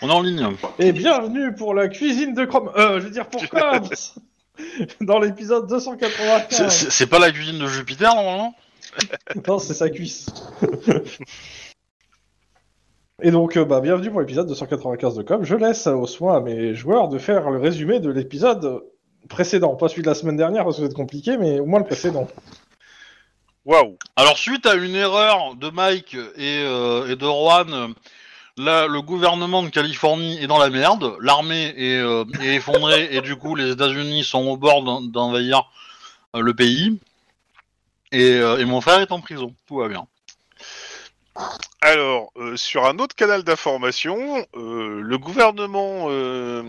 On est en ligne. Et bienvenue pour la cuisine de Chrome. Euh, je veux dire pour Chrome Dans l'épisode C'est- 295. C'est c'est pas la cuisine de Jupiter normalement Non, c'est sa cuisse. Et donc, euh, bah, bienvenue pour l'épisode 295 de Com. Je laisse au soin à mes joueurs de faire le résumé de l'épisode précédent. Pas celui de la semaine dernière parce que c'est compliqué, mais au moins le précédent. Waouh Alors suite à une erreur de Mike et, euh, et de Juan, euh, là, le gouvernement de Californie est dans la merde, l'armée est, euh, est effondrée et du coup les États-Unis sont au bord d'en- d'envahir euh, le pays. Et, euh, et mon frère est en prison, tout va bien. Alors, euh, sur un autre canal d'information, euh, le gouvernement euh,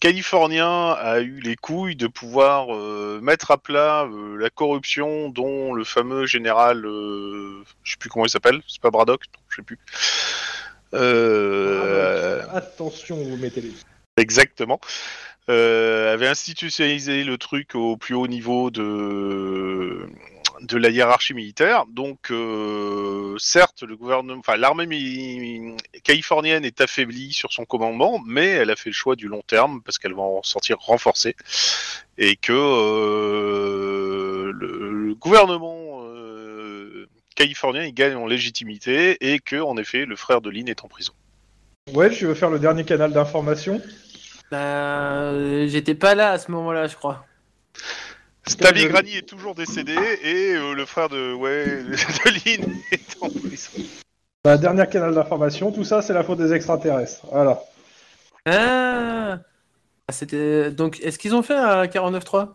californien a eu les couilles de pouvoir euh, mettre à plat euh, la corruption dont le fameux général, euh, je sais plus comment il s'appelle, c'est pas Braddock, non, je sais plus. Euh, Attention, vous mettez les. Exactement. Euh, avait institutionnalisé le truc au plus haut niveau de, de la hiérarchie militaire. Donc, euh, certes, le gouvernement, enfin, l'armée mi- californienne est affaiblie sur son commandement, mais elle a fait le choix du long terme parce qu'elle va en sortir renforcée et que euh, le, le gouvernement euh, californien il gagne en légitimité et que, en effet, le frère de Lynn est en prison. Ouais, tu veux faire le dernier canal d'information Bah, euh, j'étais pas là à ce moment-là, je crois. Stabby Quel- Granny est toujours décédé et euh, le frère de, ouais, de Lynn est en prison. Bah, dernier canal d'information, tout ça c'est la faute des extraterrestres. Voilà. Ah, Ah, c'était donc. Est-ce qu'ils ont fait un 49.3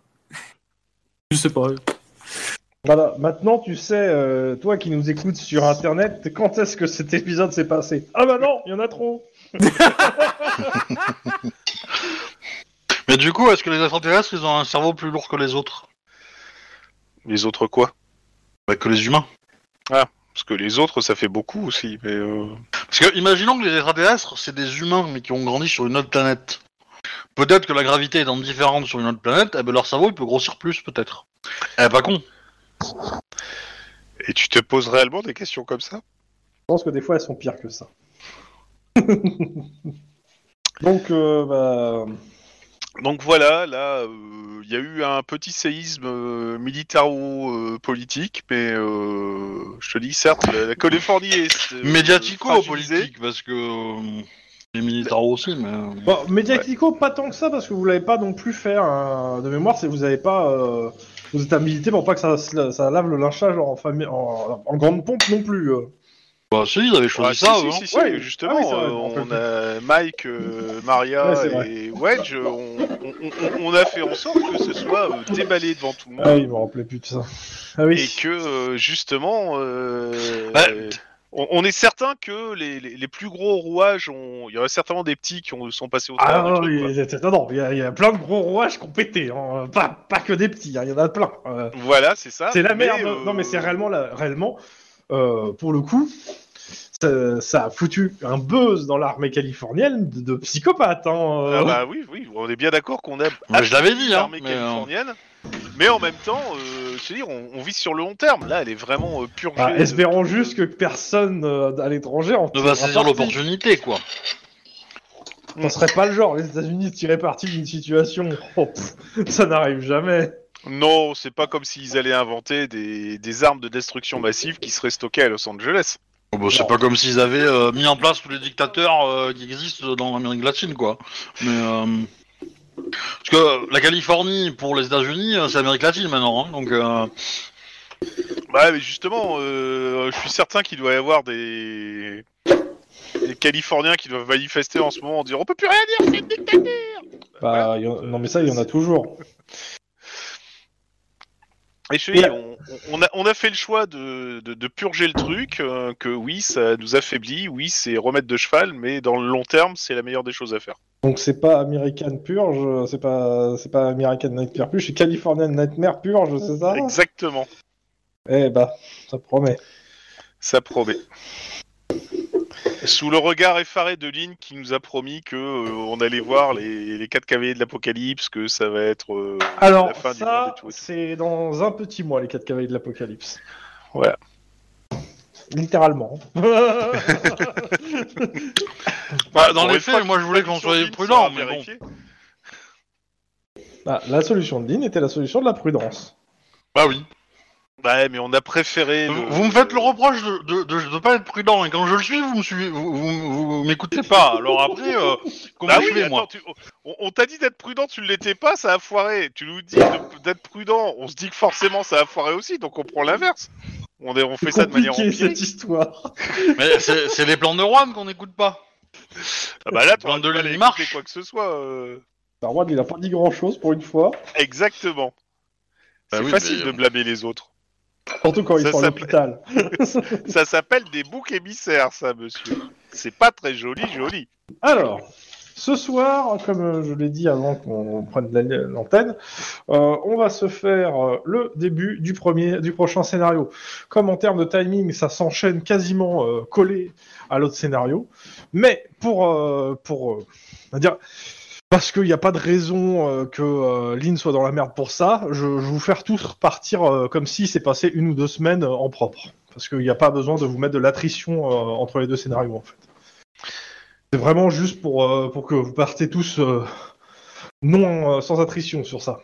Je sais pas. Voilà, maintenant tu sais, euh, toi qui nous écoutes sur internet, quand est-ce que cet épisode s'est passé Ah bah non, il y en a trop Mais du coup, est-ce que les extraterrestres ils ont un cerveau plus lourd que les autres Les autres quoi Bah, Que les humains Parce que les autres, ça fait beaucoup aussi. Mais euh, Parce que imaginons que les extraterrestres, c'est des humains mais qui ont grandi sur une autre planète. Peut-être que la gravité étant différente sur une autre planète, eh ben, leur cerveau il peut grossir plus peut-être. Eh pas con. Euh, Et tu te poses réellement des questions comme ça Je pense que des fois elles sont pires que ça. Donc, euh, bah, Donc voilà, là, euh, il y a eu un petit séisme euh, militaro-politique, mais euh, je te dis, certes, la, la Californie est. euh, fragilisée. Médiatico-politique, parce que euh, les militaires aussi, mais... euh, bon, médiatico, pas tant que ça, parce que vous l'avez pas non plus fait hein, de mémoire, c'est que vous avez pas. euh, vous êtes habilité pour pas que ça, se- ça lave le lynchage en, famille, en, en grande pompe non plus. euh. Bah si, ils avaient Ah, choisi si, ça, si, eux, si, hein. si, Ah oui, justement, c'est vrai, euh, on peut on le a Mike, euh, Maria Ouais, c'est vrai. et Wedge, euh, on, on- on- on a fait en sorte que ce soit euh, déballé devant tout le monde Ah oui, je me rappelais plus de ça. Ah oui. et que euh, justement, euh, Bah, on, on est certain que les, les- les plus gros rouages, ont... il y en a certainement des petits qui ont, sont passés au Ah travers du non, truc, il quoi. y a- non, non, il y, a- il y a plein de gros rouages qui ont pété, hein, pas, pas que des petits, hein, il y en a plein. euh. Voilà, c'est ça. C'est la Mais, merde. hein. euh, Non, mais c'est réellement, la- réellement euh, pour le coup, ça, ça a foutu un buzz dans l'armée californienne de, de psychopathes. hein, euh. Ah bah oui, oui, on est bien d'accord qu'on aime Bah, je l'avais dit, hein, l'armée mais, euh, californienne, mais en même temps, euh, je veux dire, on, on vit sur le long terme. Là, elle est vraiment euh, purgée. Bah, de- espérons juste que personne euh, à l'étranger en ne va tirera bah, saisir parti. l'opportunité, quoi. On serait pas le genre, les États-Unis tiraient parti d'une situation. Oh, pff, ça n'arrive jamais. Non, c'est pas comme s'ils allaient inventer des, des armes de destruction massive qui seraient stockées à Los Angeles. Oh, bah, c'est Non. pas comme s'ils avaient euh, mis en place tous les dictateurs euh, qui existent dans l'Amérique latine, quoi. Mais... euh, Parce que la Californie, pour les États-Unis, euh, c'est l'Amérique latine maintenant, hein, donc... euh, Bah, mais justement, euh, je suis certain qu'il doit y avoir des... des Californiens qui doivent manifester en ce moment en disant on peut plus rien dire, c'est une dictature. Bah, il y en- non, mais ça, il y en a toujours. Et je te dis, Ouais. on, on a, on a fait le choix de, de- de purger le truc, euh, que oui, ça nous affaiblit, oui, c'est remettre de cheval, mais dans le long terme, c'est la meilleure des choses à faire. Donc c'est pas American Purge, c'est pas c'est pas American Nightmare Purge, c'est Californian Nightmare Purge, c'est ça Exactement, Eh bah, ça promet. ça promet. Sous le regard effaré de Lynn qui nous a promis que euh, on allait voir les, les quatre cavaliers de l'apocalypse, que ça va être euh, Alors, la fin du monde ça, et tout. et tout. c'est dans un petit mois, les 4 cavaliers de l'Apocalypse. Voilà. Littéralement. Bah, dans Pour les une fois faits, moi je voulais la qu'on mission soit Lynn prudent, sera mais bon. vérifiée. Ah, la solution de Lynn était la solution de la prudence. Bah oui. Ouais, Bah, mais on a préféré. Vous, le- vous me faites le reproche de, de, de- de pas être prudent, et quand je le suis, vous me suivez, vous, vous- vous m'écoutez pas. Alors après, euh, comment Bah je oui, fais, attends, moi tu- on on t'a dit d'être prudent, tu ne l'étais pas, ça a foiré. Tu nous dis de- d'être prudent, on se dit que forcément ça a foiré aussi, donc on prend l'inverse. On, est- on fait ça de manière Compliqué, empirique. cette histoire. Mais c'est c'est les plans de Juan qu'on n'écoute pas. Ah bah là, tu Plan de vas la aller marche. écouter quoi que ce soit. euh, Darwan, Bah, il a pas dit grand chose pour une fois. Exactement. Bah c'est oui, facile mais- de blâmer les autres. Surtout quand il Ça est à s'appelle- l'hôpital. Ça s'appelle des boucs émissaires, ça, monsieur. C'est pas très joli, joli. Alors, ce soir, comme euh, je l'ai dit avant qu'on prenne la- l'antenne, euh, on va se faire euh, le début du, premier, du prochain scénario. Comme en termes de timing, ça s'enchaîne quasiment euh, collé à l'autre scénario. Mais pour... euh, pour euh, on va dire, parce qu'il n'y a pas de raison euh, que euh, Lynn soit dans la merde pour ça, je, je vais vous faire tous repartir euh, comme si c'est passé une ou deux semaines euh, en propre. Parce qu'il n'y a pas besoin de vous mettre de l'attrition euh, entre les deux scénarios, en fait. C'est vraiment juste pour, euh, pour que vous partez tous euh, non euh, sans attrition sur ça.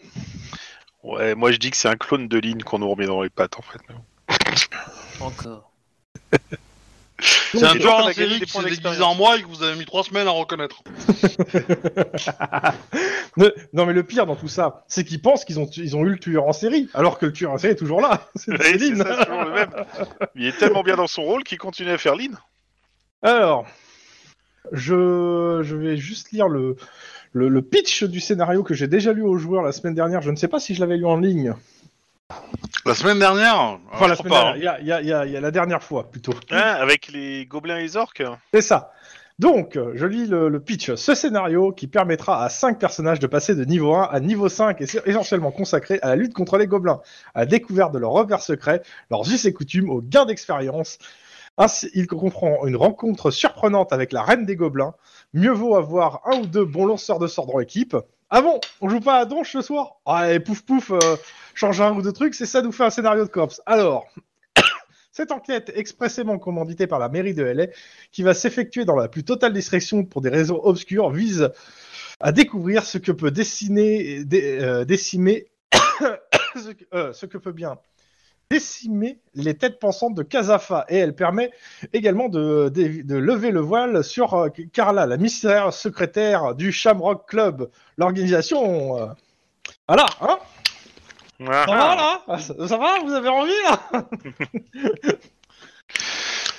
Ouais, moi je dis que c'est un clone de ligne qu'on nous remet dans les pattes, en fait. Encore. C'est un et tueur donc, on en a gagné série des qui points s'est déguisé d'expérience. en moi et que vous avez mis trois semaines à reconnaître. Ne- non mais le pire dans tout ça, c'est qu'ils pensent qu'ils ont, tu- ils ont eu le tueur en série, alors que le tueur en série est toujours là. C'est Ouais, c'est Lynn. ça, c'est toujours le même. Il est tellement bien dans son rôle qu'il continue à faire Lynn. Alors, je, je vais juste lire le, le, le pitch du scénario que j'ai déjà lu aux joueurs la semaine dernière. Je ne sais pas si je l'avais lu en ligne. La semaine dernière euh, Enfin, la je semaine crois pas, hein. dernière, Ah, il y a- il y, a- il y a- il y a la dernière fois plutôt. Hein, avec les gobelins et les orques. C'est ça. Donc, euh, je lis le, le pitch. Ce scénario qui permettra à 5 personnages de passer de niveau 1 à niveau 5 est essentiellement consacré à la lutte contre les gobelins, à la découverte de leurs repères secrets, leurs us et coutumes, au gain d'expérience. Ainsi, il comprend une rencontre surprenante avec la reine des gobelins. Mieux vaut avoir un ou deux bons lanceurs de sorts dans l'équipe. Ah bon, on joue pas à Donche ce soir Ah, et pouf pouf, euh, change un ou deux trucs, c'est ça nous fait un scénario de cops. Alors, cette enquête expressément commanditée par la mairie de LA qui va s'effectuer dans la plus totale discrétion pour des raisons obscures, vise à découvrir ce que peut dessiner, dé- euh, décimer, ce, que, euh, ce que peut bien décimer les têtes pensantes de Casafa. Et elle permet également de, de- de lever le voile sur euh, Carla, la mystère secrétaire du Shamrock Club, l'organisation. euh, Voilà, hein Ah. Ça va là ça, ça va Vous avez envie là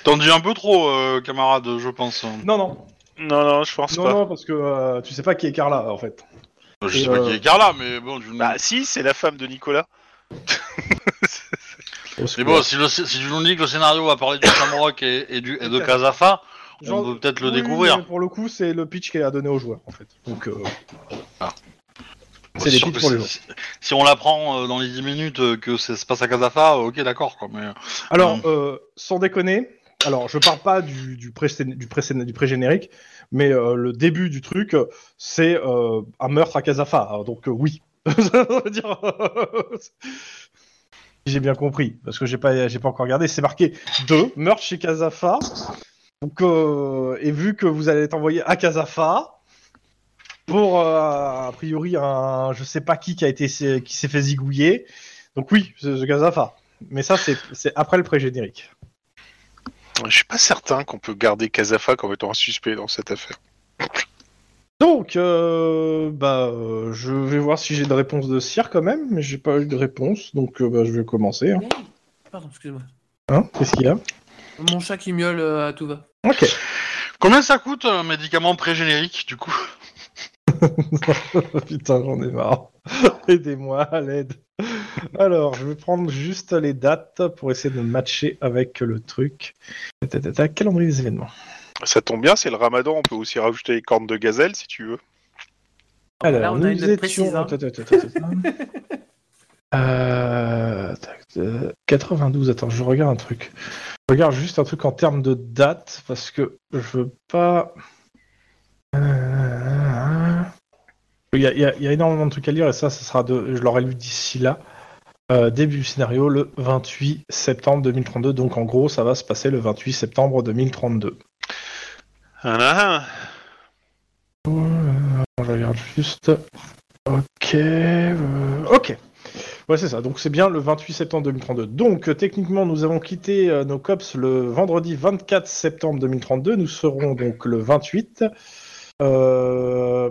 T'en dis un peu trop, euh, camarade, je pense. Non, non, Non, non, je pense non, pas. non, parce que euh, tu sais pas qui est Carla en fait. Je Et, sais pas euh, qui est Carla, mais bon, je... Bah si, c'est la femme de Nicolas. mais bon, si, le, sc- si tu nous dis que le scénario va parler du Shamrock et, et du, et de Kazafa, Genre- on peut peut-être le Oui, découvrir. mais pour le coup, c'est le pitch qu'elle a donné aux joueurs, en fait. Donc, euh, c'est les Ah. sûr pitchs que pour les si- gens. Si, si on l'apprend euh, dans les 10 minutes euh, que ça se passe à Kazafa, euh, ok, d'accord, quoi. Mais... alors, euh, sans déconner, alors je parle pas du, du pré du pré- du pré-générique, mais euh, le début du truc, euh, c'est euh, un meurtre à Casafa. hein, Donc, euh, oui. Ça veut dire- euh, j'ai bien compris, parce que j'ai pas, j'ai pas encore regardé. C'est marqué 2, meurtre chez Casafa. Donc, euh, et vu que vous allez être envoyé à Casafa pour euh, a priori un, je sais pas qui qui a été qui s'est fait zigouiller. Donc oui, c'est c'est Casafa. Mais ça, c'est c'est après le pré-générique. Je suis pas certain qu'on peut garder Kazafa comme étant un suspect dans cette affaire. Donc, euh, bah, euh, je vais voir si j'ai de réponse de Cyr quand même, mais j'ai pas eu de réponse, donc euh, bah, je vais commencer. Hein, Pardon, excuse-moi. Hein Qu'est-ce qu'il y a Mon chat qui miaule euh, à tout va. Ok. Combien ça coûte un médicament pré-générique, du coup Putain, j'en ai marre. Aidez-moi, à l'aide. Alors, je vais prendre juste les dates pour essayer de matcher avec le truc. Tatatata, Calendrier des événements. Ça tombe bien, c'est le ramadan, on peut aussi rajouter les cornes de gazelle si tu veux. Alors, Là, on Ah nous a une note étions... précise, hein. Attends, attends, attends, attends. Euh, tac, euh, 92, attends, je regarde un truc. Je regarde juste un truc en termes de date, parce que je veux pas... Euh, Il y, a, il y a- il y a énormément de trucs à lire, et ça, ça sera de... Je l'aurai lu d'ici là. Euh, début du scénario, le 28 septembre 2032. Donc, en gros, ça va se passer le 28 septembre 2032. Un à ah. un. Je euh, regarde juste. Ok. euh, Ok. Ouais, c'est ça. Donc, c'est bien le 28 septembre 2032. Donc, euh, techniquement, nous avons quitté euh, nos COPS le vendredi 24 septembre 2032. Nous serons donc le 28. Euh,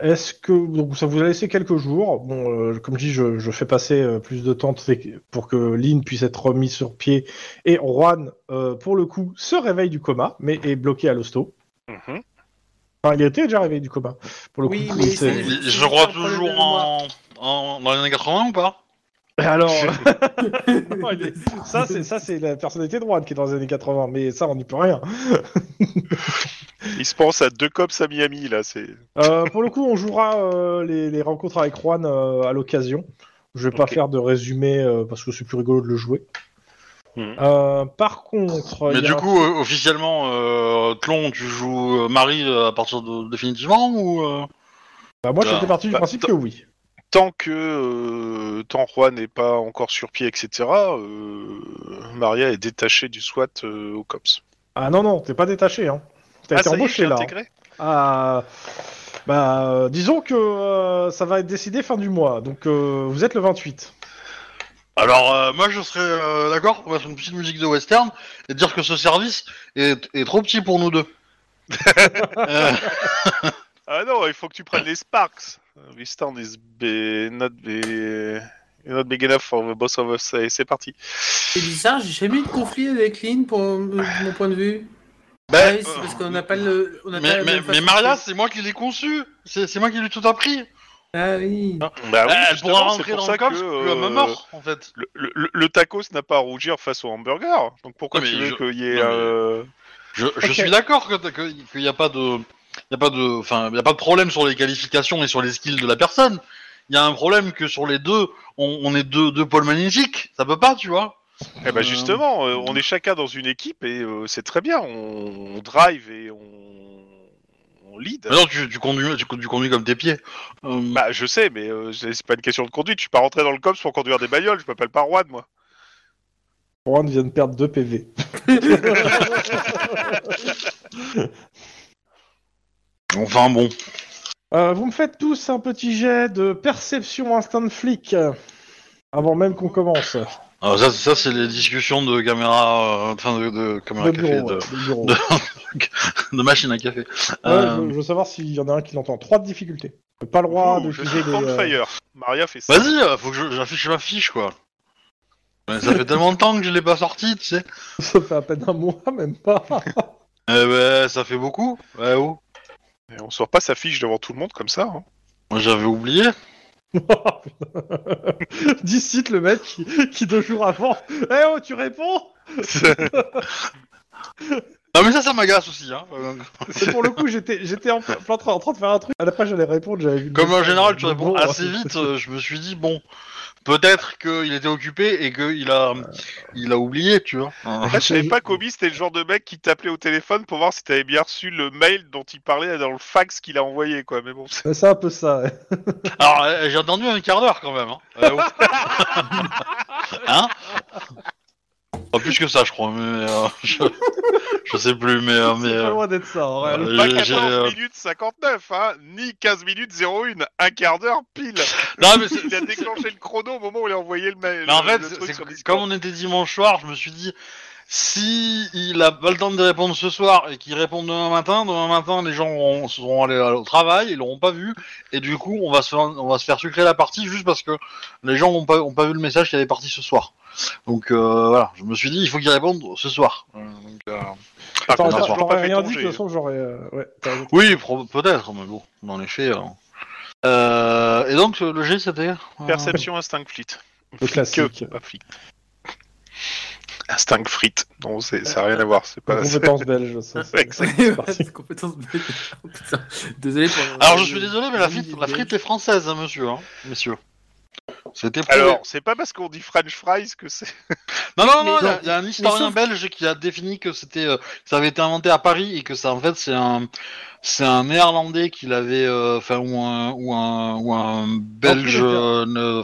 Est-ce que. Donc, ça vous a laissé quelques jours. Bon, euh, comme je dis, je, je fais passer euh, plus de temps t- pour que Lynn puisse être remise sur pied. Et Juan, euh, pour le coup, se réveille du coma, mais est bloqué à l'hosto. Mhm. Enfin, il était déjà réveillé du coma, pour le Oui, coup. mais C'est- c'est- Je, c'est crois un problème de toujours en, en- dans les années 80 ou pas Et Alors, Non, il est- ça c'est ça c'est la personnalité de Juan qui est dans les années 80, mais ça on n'y peut rien. Il se pense à deux cops à Miami, là. C'est... Euh, pour le coup, on jouera euh, les, les rencontres avec Juan euh, à l'occasion. Je vais pas Ok. faire de résumé euh, parce que c'est plus rigolo de le jouer. Mhm. Euh, par contre, Mais il y a du un- coup, euh, officiellement, euh, Tlon, tu joues euh, Marie euh, à partir de définitivement ou euh, bah, moi Ah, j'étais parti du bah, principe dans- que oui. Tant que euh, tant Juan n'est pas encore sur pied, etc., euh, Maria est détachée du SWAT euh, au COPS. Ah non non, t'es pas détaché hein. T'as Ah, été ça y est, embauché j'ai là. hein. intégré Ah, bah euh, disons que euh, ça va être décidé fin du mois, donc euh, vous êtes le 28. Alors, euh, moi, je serais euh, d'accord pour mettre une petite musique de western et dire que ce service est, est trop petit pour nous deux. Euh, Ah non, il faut que tu prennes les Sparks. Western is be- not, be- not big enough for the boss of us. Et c'est parti. C'est bizarre, j'ai jamais eu de conflit avec Lynn pour euh, de mon point de vue. ben, Ouais, Ah c'est euh, parce qu'on n'a pas le. On n'a pas mais, la mais, même mais façon de Maria, faire. c'est moi qui l'ai conçu. C'est c'est moi qui lui ai tout appris. Ah oui. Bah Euh, oui, elle justement, pourra c'est rentrer pour dans ça le cops que, que à ma euh, mort, en fait. Le, le- le tacos n'a pas à rougir face au hamburger. Donc pourquoi Non, mais tu veux je- qu'il y ait. non, mais- euh, Je, je Ok. suis d'accord que t'as- que- qu'il n'y a pas de, il y a pas de, enfin, il y a pas de problème sur les qualifications et sur les skills de la personne. Il y a un problème que sur les deux, on, on est deux, deux pôles magnétiques. Ça peut pas, tu vois. Eh ben Euh, justement, euh, on est chacun dans une équipe et euh, c'est très bien. On, on drive et on, on lead. Maintenant, tu, tu conduis, tu, tu conduis comme tes pieds. Euh, Bah je sais, mais euh, c'est c'est pas une question de conduite. Je suis pas rentré dans le cops pour conduire des bagnoles. Je m'appelle pas Juan, moi. Juan vient de perdre 2 PV. Enfin bon. Euh, vous me faites tous un petit jet de perception instinct de flic euh, avant même qu'on commence. Alors Euh, ça, ça c'est les discussions de caméra, euh, enfin de, de caméra De café, bureau. de, ouais, de bureau. de- de machine à café. Ouais, Euh, je, je veux savoir s'il y en a un qui l'entend. Trois de difficulté. Pas le droit Ouh, de je juger suis des. on euh, fire. Maria fait ça. Vas-y, euh, faut que je- j'affiche ma fiche quoi. Ouais, Ça fait tellement de temps que je l'ai pas sorti, tu sais. Ça fait à peine un mois, même pas. Eh ben, ça fait beaucoup. Ouais, oh. Et on sort pas sa fiche devant tout le monde comme ça. hein. Moi, J'avais oublié. D'ici le mec qui, qui, deux jours avant. Eh oh, tu réponds Ah mais ça, ça m'agace aussi. Hein. Euh, Et Pour le coup, j'étais j'étais en, plein train- en train de faire un truc. À la page, j'allais répondre. j'avais vu le Comme en message. général, tu réponds Bon, assez vite, euh, je me suis dit, bon, peut-être qu'il était occupé et qu'il a, il a oublié, tu vois. Ah, je savais pas qu'Obi c'était le genre de mec qui t'appelait au téléphone pour voir si t'avais bien reçu le mail dont il parlait dans le fax qu'il a envoyé quoi. Mais bon, c'est- euh, C'est un peu ça. ouais. Alors, euh, j'ai attendu un quart d'heure quand même. Hein. Euh, ouais. Hein Pas plus que ça, je crois, mais euh, je... je sais plus, mais... euh, mais C'est pas euh, loin d'être ça. en vrai. Euh, pas j'ai- 14 j'ai, euh, minutes 59, hein, ni 15 minutes 01, un quart d'heure pile. Non, mais c'est- il a déclenché le chrono au moment où il a envoyé le mail. Mais en le- fait, le c'est- truc c'est- sur Discord. comme on était dimanche soir, je me suis dit, si il a pas le temps de répondre ce soir et qu'il répond demain matin, demain matin les gens auront- seront allés au travail, ils l'auront pas vu, et du coup on va se faire, on va se faire sucrer la partie juste parce que les gens n'ont pas, ont pas vu le message qui avait parti ce soir. Donc euh, voilà, je me suis dit, il faut qu'il réponde ce soir. Euh, donc, euh, Par T'aurais- contre, je l'aurais J'aurais pas rien fait dit, de tomber. toute façon, j'aurais. euh, ouais, t'as raison. oui, pro- peut-être, mais bon, dans les faits. euh. Euh, et donc le G c'était euh, Perception instinct fleet. Le classique. Que- pas fleet. Instinct fleet. Non, c'est- ça n'a rien à voir. C'est La pas. compétence belge, ça. c'est- Ouais, c'est parti. cette compétence bête. Oh, putain. Désolé pour. Alors je suis désolé, mais la frite, Idée. la frite est française, hein, monsieur, hein, messieurs. C'était prouvé. Alors, c'est pas parce qu'on dit French fries que c'est. Non, non, non, Mais- il y a- il y, a un historien sauf- belge qui a défini que c'était, euh, que ça avait été inventé à Paris et que ça, en fait, c'est un, c'est un néerlandais qui l'avait, euh, enfin, ou un, ou un, ou un belge tous les cas. euh, ne-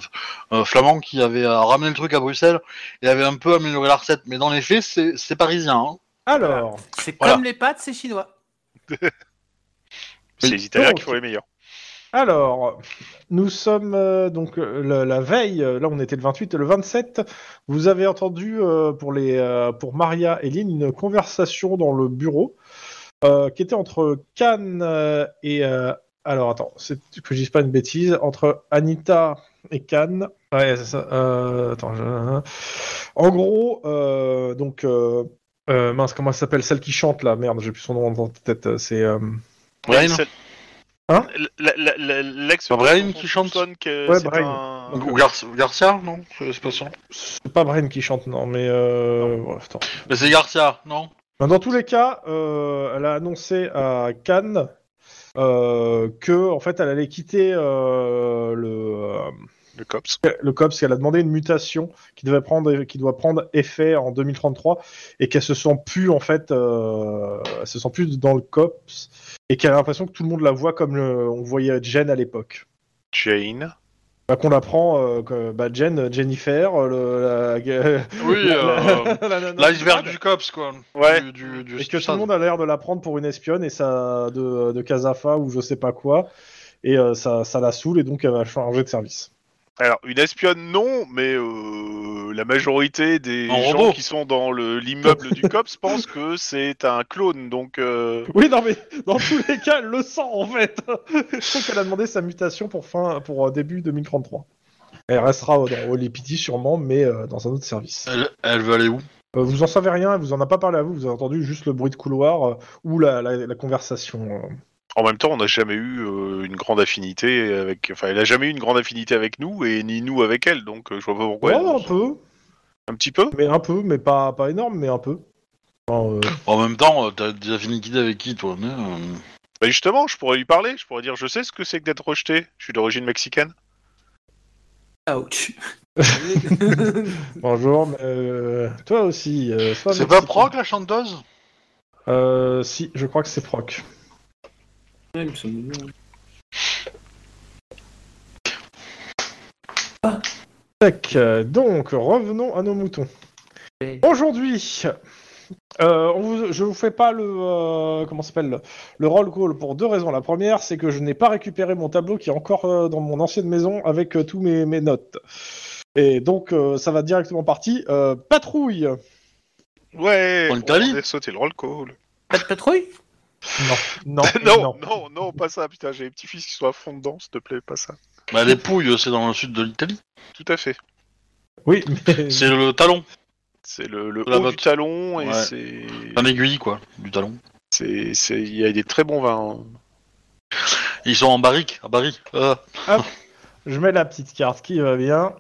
euh, flamand qui avait euh, ramené le truc à Bruxelles et avait un peu amélioré la recette. Mais dans les faits, c'est c'est parisien. hein. Alors, C'est Voilà. comme les pâtes, c'est chinois. C'est les Italiens Donc, qui font les meilleurs. Alors, nous sommes euh, donc euh, la, la veille, euh, là on était le 28 et le 27, vous avez entendu euh, pour, les, euh, pour Maria et Lynn une conversation dans le bureau euh, qui était entre Cannes euh, et... euh, alors attends, c'est que je dise pas une bêtise, entre Anita et Cannes. Ouais, c'est ça. euh, attends, je- En gros, euh, donc... euh, euh, mince, comment elle s'appelle Celle qui chante là, merde, j'ai plus son nom en tête, euh, c'est... euh, Brian Mais celle- Hein La- la- la- L'ex Bah, Brian on qui chante. soupçonne que Ouais, c'est Brian. un- Ou Gar- Garcia, non C'est pas ça. C'est pas Brian qui chante, non, mais... Euh... ouais, attends. Mais c'est Garcia, non Ben, dans tous les cas, euh, elle a annoncé à Cannes euh, que en fait elle allait quitter euh, le, le cops. euh, le COPS, qu'elle a demandé une mutation qui devait prendre qui doit prendre effet en 2033 et qu'elle se sent plus en fait euh, elle se sent plus dans le COPS et qu'elle a l'impression que tout le monde la voit comme le- on voyait Jen à l'époque. Jane. Bah, qu'on apprend euh, que bah, Jen, Jennifer, euh, le, Oui, euh, la- la nana- l'iceberg du cops, quoi. Ouais. Du, du, du Et que tout stade. le monde a l'air de la prendre pour une espionne et ça de, de Casafa ou je sais pas quoi. Et euh, ça, ça la saoule et donc elle va changer de service. Alors, une espionne, non, mais euh, la majorité des Un gens robot. qui sont dans le- l'immeuble du COPS pensent que c'est un clone, donc... euh, Oui, non, mais dans tous les cas, elle le sent en fait. je trouve qu'elle a demandé sa mutation pour, fin, pour euh, début 2033. Elle restera au- dans Holy Pity sûrement, mais euh, dans un autre service. Elle, elle veut aller où Euh, vous en savez rien, elle vous en a pas parlé à vous, vous avez entendu juste le bruit de couloir euh, ou la, la- la conversation. euh. En même temps, on n'a jamais eu euh, une grande affinité avec... Enfin, elle a jamais eu une grande affinité avec nous, et ni nous avec elle, donc euh, je vois pas pourquoi. Oh, un elle- peu, Un petit peu mais un peu, mais pas, pas énorme, mais un peu. Enfin, euh, En même temps, euh, t'as déjà fini de guider avec qui, toi mais, euh, Bah justement, je pourrais lui parler, je pourrais dire, je sais ce que c'est que d'être rejeté, je suis d'origine mexicaine. Ouch. Bonjour, mais, euh, toi aussi. euh, sois C'est pas mexicain. Proc, la chanteuse Euh, si, je crois que c'est proc. Ouais, il me semble bien. Tac, euh, donc, revenons à nos moutons. Ouais. Aujourd'hui, euh, on vous- je vous fais pas le euh, comment ça s'appelle le roll call pour deux raisons. La première, c'est que je n'ai pas récupéré mon tableau qui est encore euh, dans mon ancienne maison avec euh, tous mes, mes notes. Et donc, euh, ça va directement parti. Euh, patrouille. Ouais En Italie On a sauté le roll call. Pas de patrouille Non, non, non, non, pas ça, putain, j'ai les petits-fils qui sont à fond dedans, s'il te plaît, pas ça. bah, Les Pouilles, c'est dans le sud de l'Italie. Tout à fait. Oui, mais C'est le talon, C'est le, le La haut botte. du talon et Ouais. c'est. un aiguille, quoi, du talon. c'est- c'est- Il y a des très bons vins. hein. Ils sont en barrique, à Barry. Euh, Je mets la petite carte qui va bien.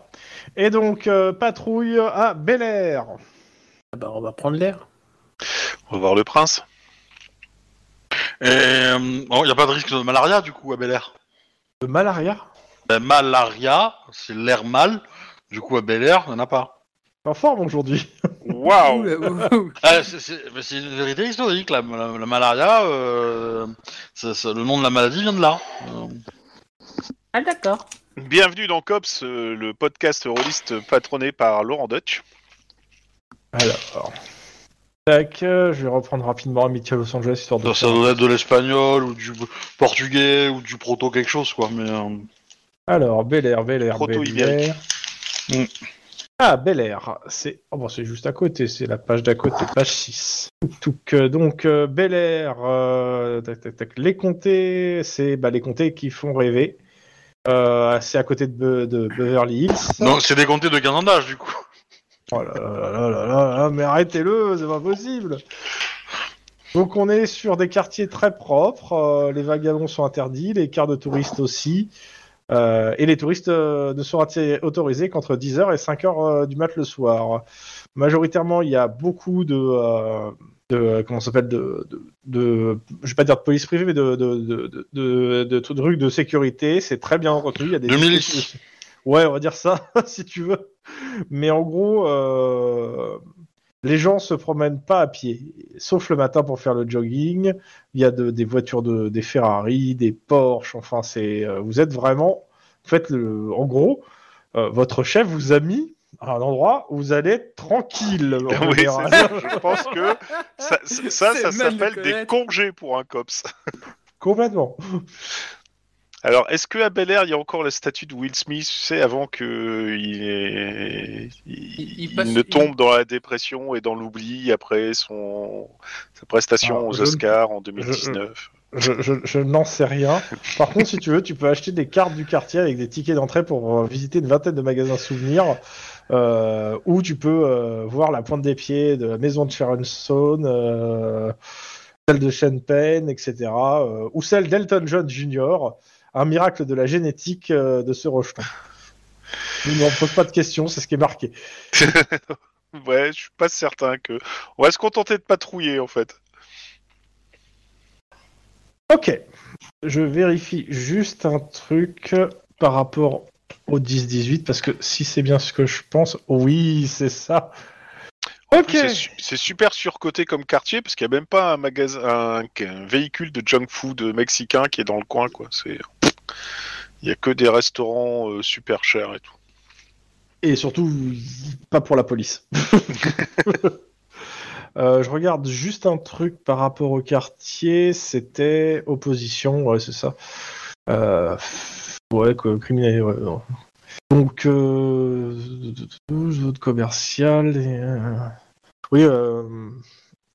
Et donc, euh, patrouille à Bel Air. Ah bah, on va prendre l'air. On va voir le prince. et il n'y a pas de risque de malaria, du coup, à Bel Air. De malaria Ben, malaria, c'est l'air mal. Du coup, à Bel Air, il n'y en a pas. En forme aujourd'hui. Waouh Ouh, là, ouh, ouh. Ah, c'est- c'est mais c'est une vérité historique, la, la- la malaria, euh, ça- ça- le nom de la maladie vient de là. Euh, Ah d'accord. Bienvenue dans Cops, euh, le podcast rôliste patronné par Laurent Dutch. Alors. Tac, euh, je vais reprendre rapidement Amitié à Los Angeles, histoire de. ça, ça doit être de l'espagnol, ou du portugais, ou du proto quelque chose, quoi. Mais, euh, Alors, Bel Air, Bel Air, Bel Proto-ibérique. Air. Mm. Ah, Bel Air, c'est oh, bon, c'est juste à côté, c'est la page d'à côté, page 6. Touk, euh, donc, euh, Bel Air, euh, tac, tac, tac, les comtés, c'est bah, les comtés qui font rêver. Euh, c'est à côté de, Be- de Beverly Hills. Donc, c'est décompté de 15 ans d'âge, du coup. Oh là là là là là là, mais arrêtez-le, c'est pas possible. Donc on est sur des quartiers très propres, euh, les vagabonds sont interdits, les quarts de touristes aussi, euh, et les touristes euh, ne sont atti- autorisés qu'entre 10h et 5h du mat le soir. Majoritairement, il y a beaucoup de... euh, de comment ça s'appelle de, de, de- je vais pas dire de police privée mais de de de de, de, de trucs de sécurité c'est très bien retenu il y a des De milice. ouais on va dire ça si tu veux mais en gros, euh, les gens se promènent pas à pied, sauf le matin pour faire le jogging. Il y a de- des voitures, de, des Ferrari, des Porsche. Enfin, c'est, euh, vous êtes vraiment, en fait, le, en gros, euh, votre chef vous a mis à un endroit où vous allez être tranquille. on Oui, c'est verra. ça. Je pense que ça, ça, ça, C'est ça mal de s'appelle des connaître. congés pour un cops. Complètement. Alors, est-ce que à Bel Air, il y a encore la statue de Will Smith, tu sais, avant que il, ait- il- Il- il il passe- ne il- tombe dans la dépression et dans l'oubli après son sa prestation Alors, aux je- Oscars en 2019 Je, je- je n'en sais rien. Par contre, si tu veux, tu peux acheter des cartes du quartier avec des tickets d'entrée pour euh, visiter une vingtaine de magasins souvenirs, euh, où tu peux euh, voir la pointe des pieds de la maison de Sharon Stone, euh, celle de Sean Penn, etc., euh, ou celle d'Elton John Jr., un miracle de la génétique euh, de ce rejeton. Nous ne pose pas de questions, c'est ce qui est marqué. Ouais, je suis pas certain que. On va se contenter de patrouiller en fait. Ok. Je vérifie juste un truc par rapport au 10-18, parce que si c'est bien ce que je pense, oui, c'est ça. En Ok. plus, c'est su- C'est super surcoté comme quartier parce qu'il n'y a même pas un magasin, un, un véhicule de junk food mexicain qui est dans le coin quoi. C'est, il y a que des restaurants euh, super chers et tout. Et surtout, pas pour la police. Euh, je regarde juste un truc par rapport au quartier. C'était opposition, ouais, c'est ça. Euh, ouais, quoi, criminel, ouais, non. Donc, euh, 12, vote commercial. et, euh, Oui, euh,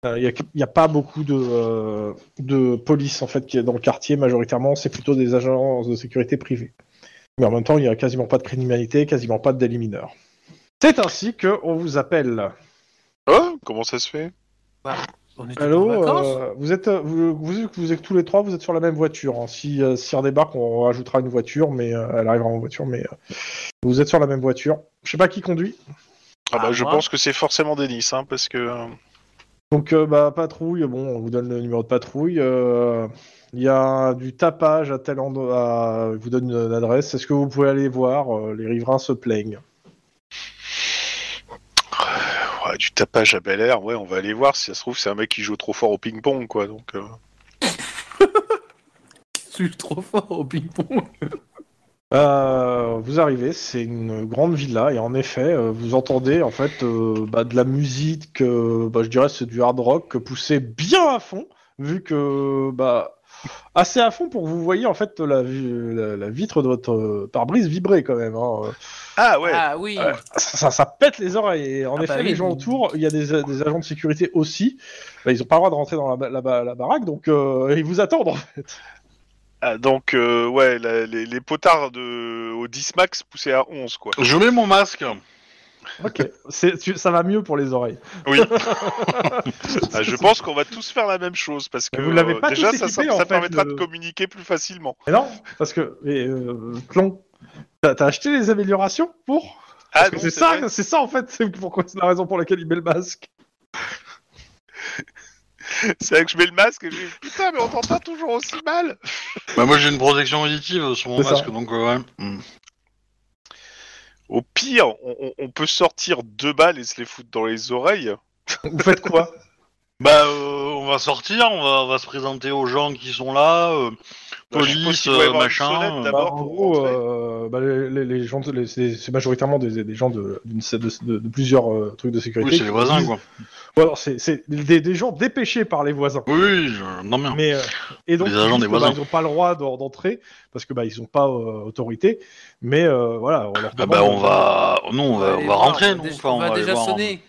euh, il n'y a, il y a pas beaucoup de, euh, de police en fait qui est dans le quartier. Majoritairement, c'est plutôt des agences de sécurité privées. Mais en même temps, il n'y a quasiment pas de criminalité, quasiment pas de délits mineurs. C'est ainsi que on vous appelle. Oh, comment ça se fait On est Allô, en vacances euh, vous êtes euh, vous, vous, vous êtes tous les trois, vous êtes sur la même voiture. hein. Si euh, si on débarque, on rajoutera une voiture, mais euh, elle arrivera en voiture, mais euh, vous êtes sur la même voiture. Je sais pas qui conduit. Ah bah Ah, je moi. pense que c'est forcément Denis hein, parce que euh, Donc euh, bah patrouille, bon, on vous donne le numéro de patrouille. euh, Il y a du tapage à tel endroit, à- il vous donne une adresse. Est-ce que vous pouvez aller voir euh, Les riverains se plaignent. ouais, du tapage à Bel Air, ouais, on va aller voir si ça se trouve c'est un mec qui joue trop fort au ping-pong quoi. Donc euh. Je suis trop fort au ping-pong. Euh, vous arrivez, c'est une grande villa et en effet, euh, vous entendez en fait euh, bah, de la musique, euh, bah, je dirais c'est du hard rock poussé bien à fond, vu que bah assez à fond pour que vous voyez en fait la, vi- la- la vitre de votre euh, pare-brise vibrer quand même. hein. ah ouais, Ah oui. Ouais. Ça, ça- ça pète les oreilles. Et en Ah effet, bah oui. les gens autour, il y a des, des agents de sécurité aussi. Bah, ils ont pas le droit de rentrer dans la, ba- la ba- la baraque, donc euh, ils vous attendent en fait. Ah, donc euh, ouais la- les, les potards de au 10 max poussés à 11 quoi. Je mets mon masque. Ok, C'est- tu- ça va mieux pour les oreilles. Oui. Ah, je pense qu'on va tous faire la même chose parce que Vous l'avez pas euh, déjà tous ça, ça, équipé, en ça fait, permettra le- de communiquer plus facilement. Mais non, parce que mais, euh, Clon, t'as t'as acheté les améliorations pour Ah, Parce que non, c'est c'est ça, vrai. c'est ça en fait, c'est pourquoi c'est la raison pour laquelle il met le masque. C'est vrai que je mets le masque et je dis putain mais on t'entend toujours aussi mal. Bah, moi j'ai une protection auditive sur mon C'est ça. masque, donc euh, ouais. Hmm. Mm. Au pire, on, on- on peut sortir deux balles et se les foutre dans les oreilles. Vous faites quoi Bah, euh, on va sortir, on va, on va se présenter aux gens qui sont là. euh, Bah, je suppose police, qu'il doit y euh, avoir une machin. sonnette euh, d'abord. Bah, En pour gros, rentrer. euh, bah, les, les- les gens, de- les- c'est c'est majoritairement des, des gens de, d'une- de- de- de plusieurs euh, trucs de sécurité. oui, c'est les voisins, quoi. Ou alors, c'est- c'est des, des gens dépêchés par les voisins. Oui, oui, je- non, mais. Mais euh, et donc Les ils agents disent des que, bah, voisins. ils n'ont pas le droit d'en- d'entrer parce que bah ils n'ont pas euh, autorité. Mais euh, voilà, on leur Ah demande- bah, on va. Non, on va, on aller va voir, rentrer, on non va, déjà- Enfin, on va aller déjà voir. hein. sonner.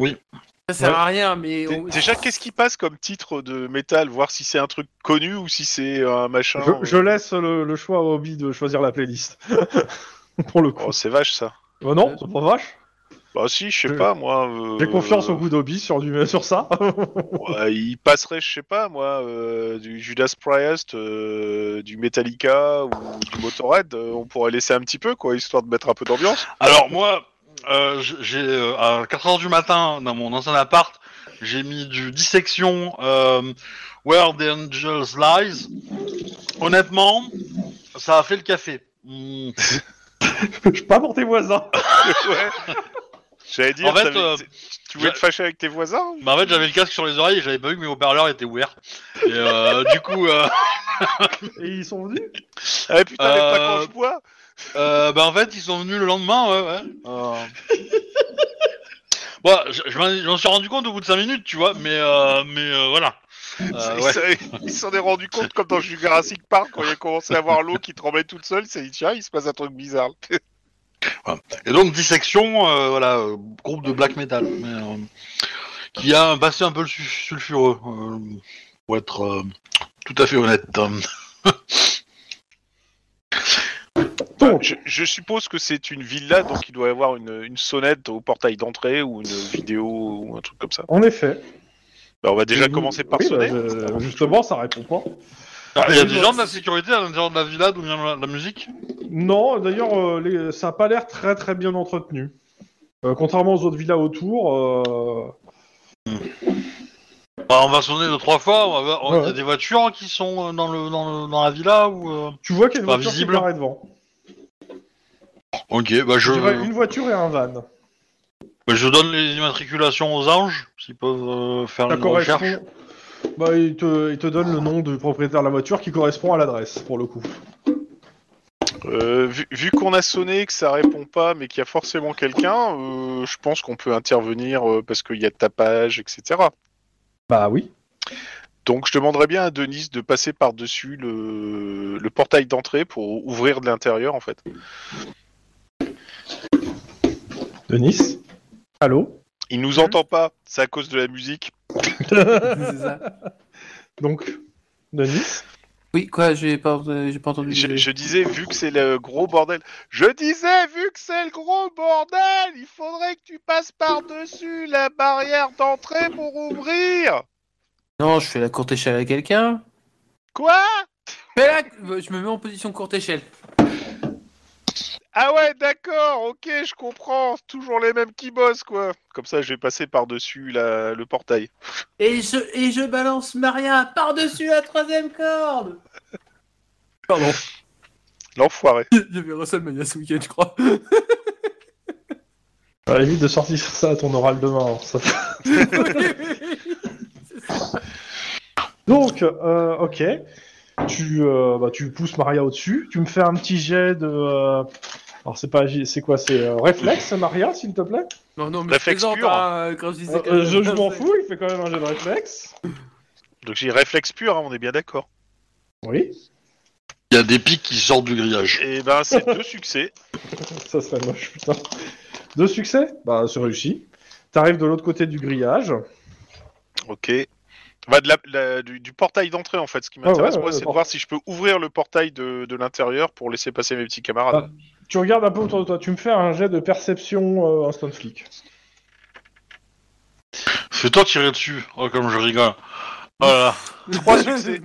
Oui. Ça sert Ouais. à rien, mais. Dé- on- Déjà, qu'est-ce qui passe comme titre de métal Voir si c'est un truc connu ou si c'est euh, un machin. Je, je laisse le, le choix à Hobby de choisir la playlist. Pour le coup. Oh, c'est vache ça. Bah non, c'est pas vache. Bah si, je sais Je- pas moi. euh, J'ai confiance au goût d'Hobby sur, du- sur ça. Ouais, il passerait, je sais pas moi, euh, du Judas Priest, euh, du Metallica ou du Motorhead. euh, on pourrait laisser un petit peu, quoi, histoire de mettre un peu d'ambiance. Alors, moi, euh, j- j'ai. euh, à 4h du matin, dans mon ancien appart, j'ai mis du dissection euh, Where the Angels Lies. Honnêtement, ça a fait le café. Mm. Je suis pas pour tes voisins. Ouais. J'allais dire, En fait, t'avais- euh, t- tu voulais j'a- te fâcher avec tes voisins Bah, en fait, j'avais le casque sur les oreilles et j'avais pas vu que mes haut-parleurs étaient ouverts. Et euh, du coup. euh, Et ils sont venus Ah putain, les Euh, pas quand je bois Euh, bah, en fait, ils sont venus le lendemain, ouais, ouais. Euh. Bon, je, je m'en- je m'en suis rendu compte au bout de 5 minutes, tu vois, mais, euh, mais euh, voilà. Euh, Ils ouais. s'en- Ils s'en est rendu compte comme dans Jurassic Park quand il a commencé à voir l'eau qui tremblait toute seule, c'est dit tiens il se passe un truc bizarre. Et donc, dissection, euh, voilà, euh, groupe de black metal, mais, euh, qui a un passé un peu le su- sulfureux, euh, pour être euh, tout à fait honnête. Donc, Bah, Je, je suppose que c'est une villa donc il doit y avoir une, une sonnette au portail d'entrée ou une vidéo ou un truc comme ça. en effet. Bah, on va déjà Vous- commencer par oui, sonner. bah, je- Justement, ça répond pas. Ah, Il y a des gens de la sécurité à l'intérieur de la villa d'où vient la, la musique Non, d'ailleurs, euh, les- ça n'a pas l'air très très bien entretenu. Euh, contrairement aux autres villas autour, euh, Bah, On va sonner deux, trois fois, on va- on- il y Ouais. a des voitures qui sont euh, dans, le, dans, le- dans la villa ou... euh, tu vois qu'il y a une Pas voiture visible. qui paraît devant. Ok, bah Je je, dirais une voiture et un van. bah, je donne les immatriculations aux anges, s'ils peuvent euh, faire Ça une recherche. correspond. Bah, il, te, il te donne le nom du propriétaire de la voiture qui correspond à l'adresse, pour le coup. Euh, vu vu qu'on a sonné que ça répond pas mais qu'il y a forcément quelqu'un, euh, je pense qu'on peut intervenir euh, parce qu'il y a tapage etc. Bah oui. Donc je demanderais bien à Denise de passer par-dessus le, le portail d'entrée pour ouvrir de l'intérieur en fait. Denis Allô Il nous entend pas, c'est à cause de la musique. C'est ça. Donc, Denis Oui, quoi, j'ai pas, euh, j'ai pas entendu. Je, je disais vu que c'est le gros bordel. Je disais vu que c'est le gros bordel, il faudrait que tu passes par-dessus la barrière d'entrée pour ouvrir. Non, je fais la courte échelle à quelqu'un. Quoi Fais la... Je me mets en position courte échelle. Ah ouais, d'accord, ok, je comprends. C'est Toujours les mêmes qui bossent quoi. Comme ça, je vais passer par-dessus la- le portail. Et je, et je balance Maria par-dessus la troisième corde Pardon, L'enfoiré. j'ai vu WrestleMania ce week-end, je crois. Bah, Évite de sortir ça à ton oral demain. hein, ça. Donc, euh, ok. Tu, euh, bah, tu pousses Maria au-dessus. Tu me fais un petit jet de. euh, Alors, c'est pas. agi- C'est quoi C'est euh, réflexe, Maria, s'il te plaît non, non, mais je Réflexe plaisante, pur. hein, quand je disais Euh, que- euh, Je, je m'en fous, il fait quand même un jet de réflexe. Donc j'ai réflexe pur, hein, on est bien d'accord. Oui, Il y a des pics qui sortent du grillage. Et ben c'est deux succès. ça serait moche, putain. Deux succès Bah, c'est réussi. T'arrives de l'autre côté du grillage. Ok. Bah, de la- la- du, du portail d'entrée en fait. Ce qui Ah ouais, m'intéresse moi, ouais, c'est de port- voir si je peux ouvrir le portail de, de l'intérieur pour laisser passer mes petits Ah. camarades. Tu regardes un peu autour de toi. Tu me fais un jet de perception euh, instant flic. Fais-toi tirer dessus, oh comme je rigole. Oh Voilà. Trois succès.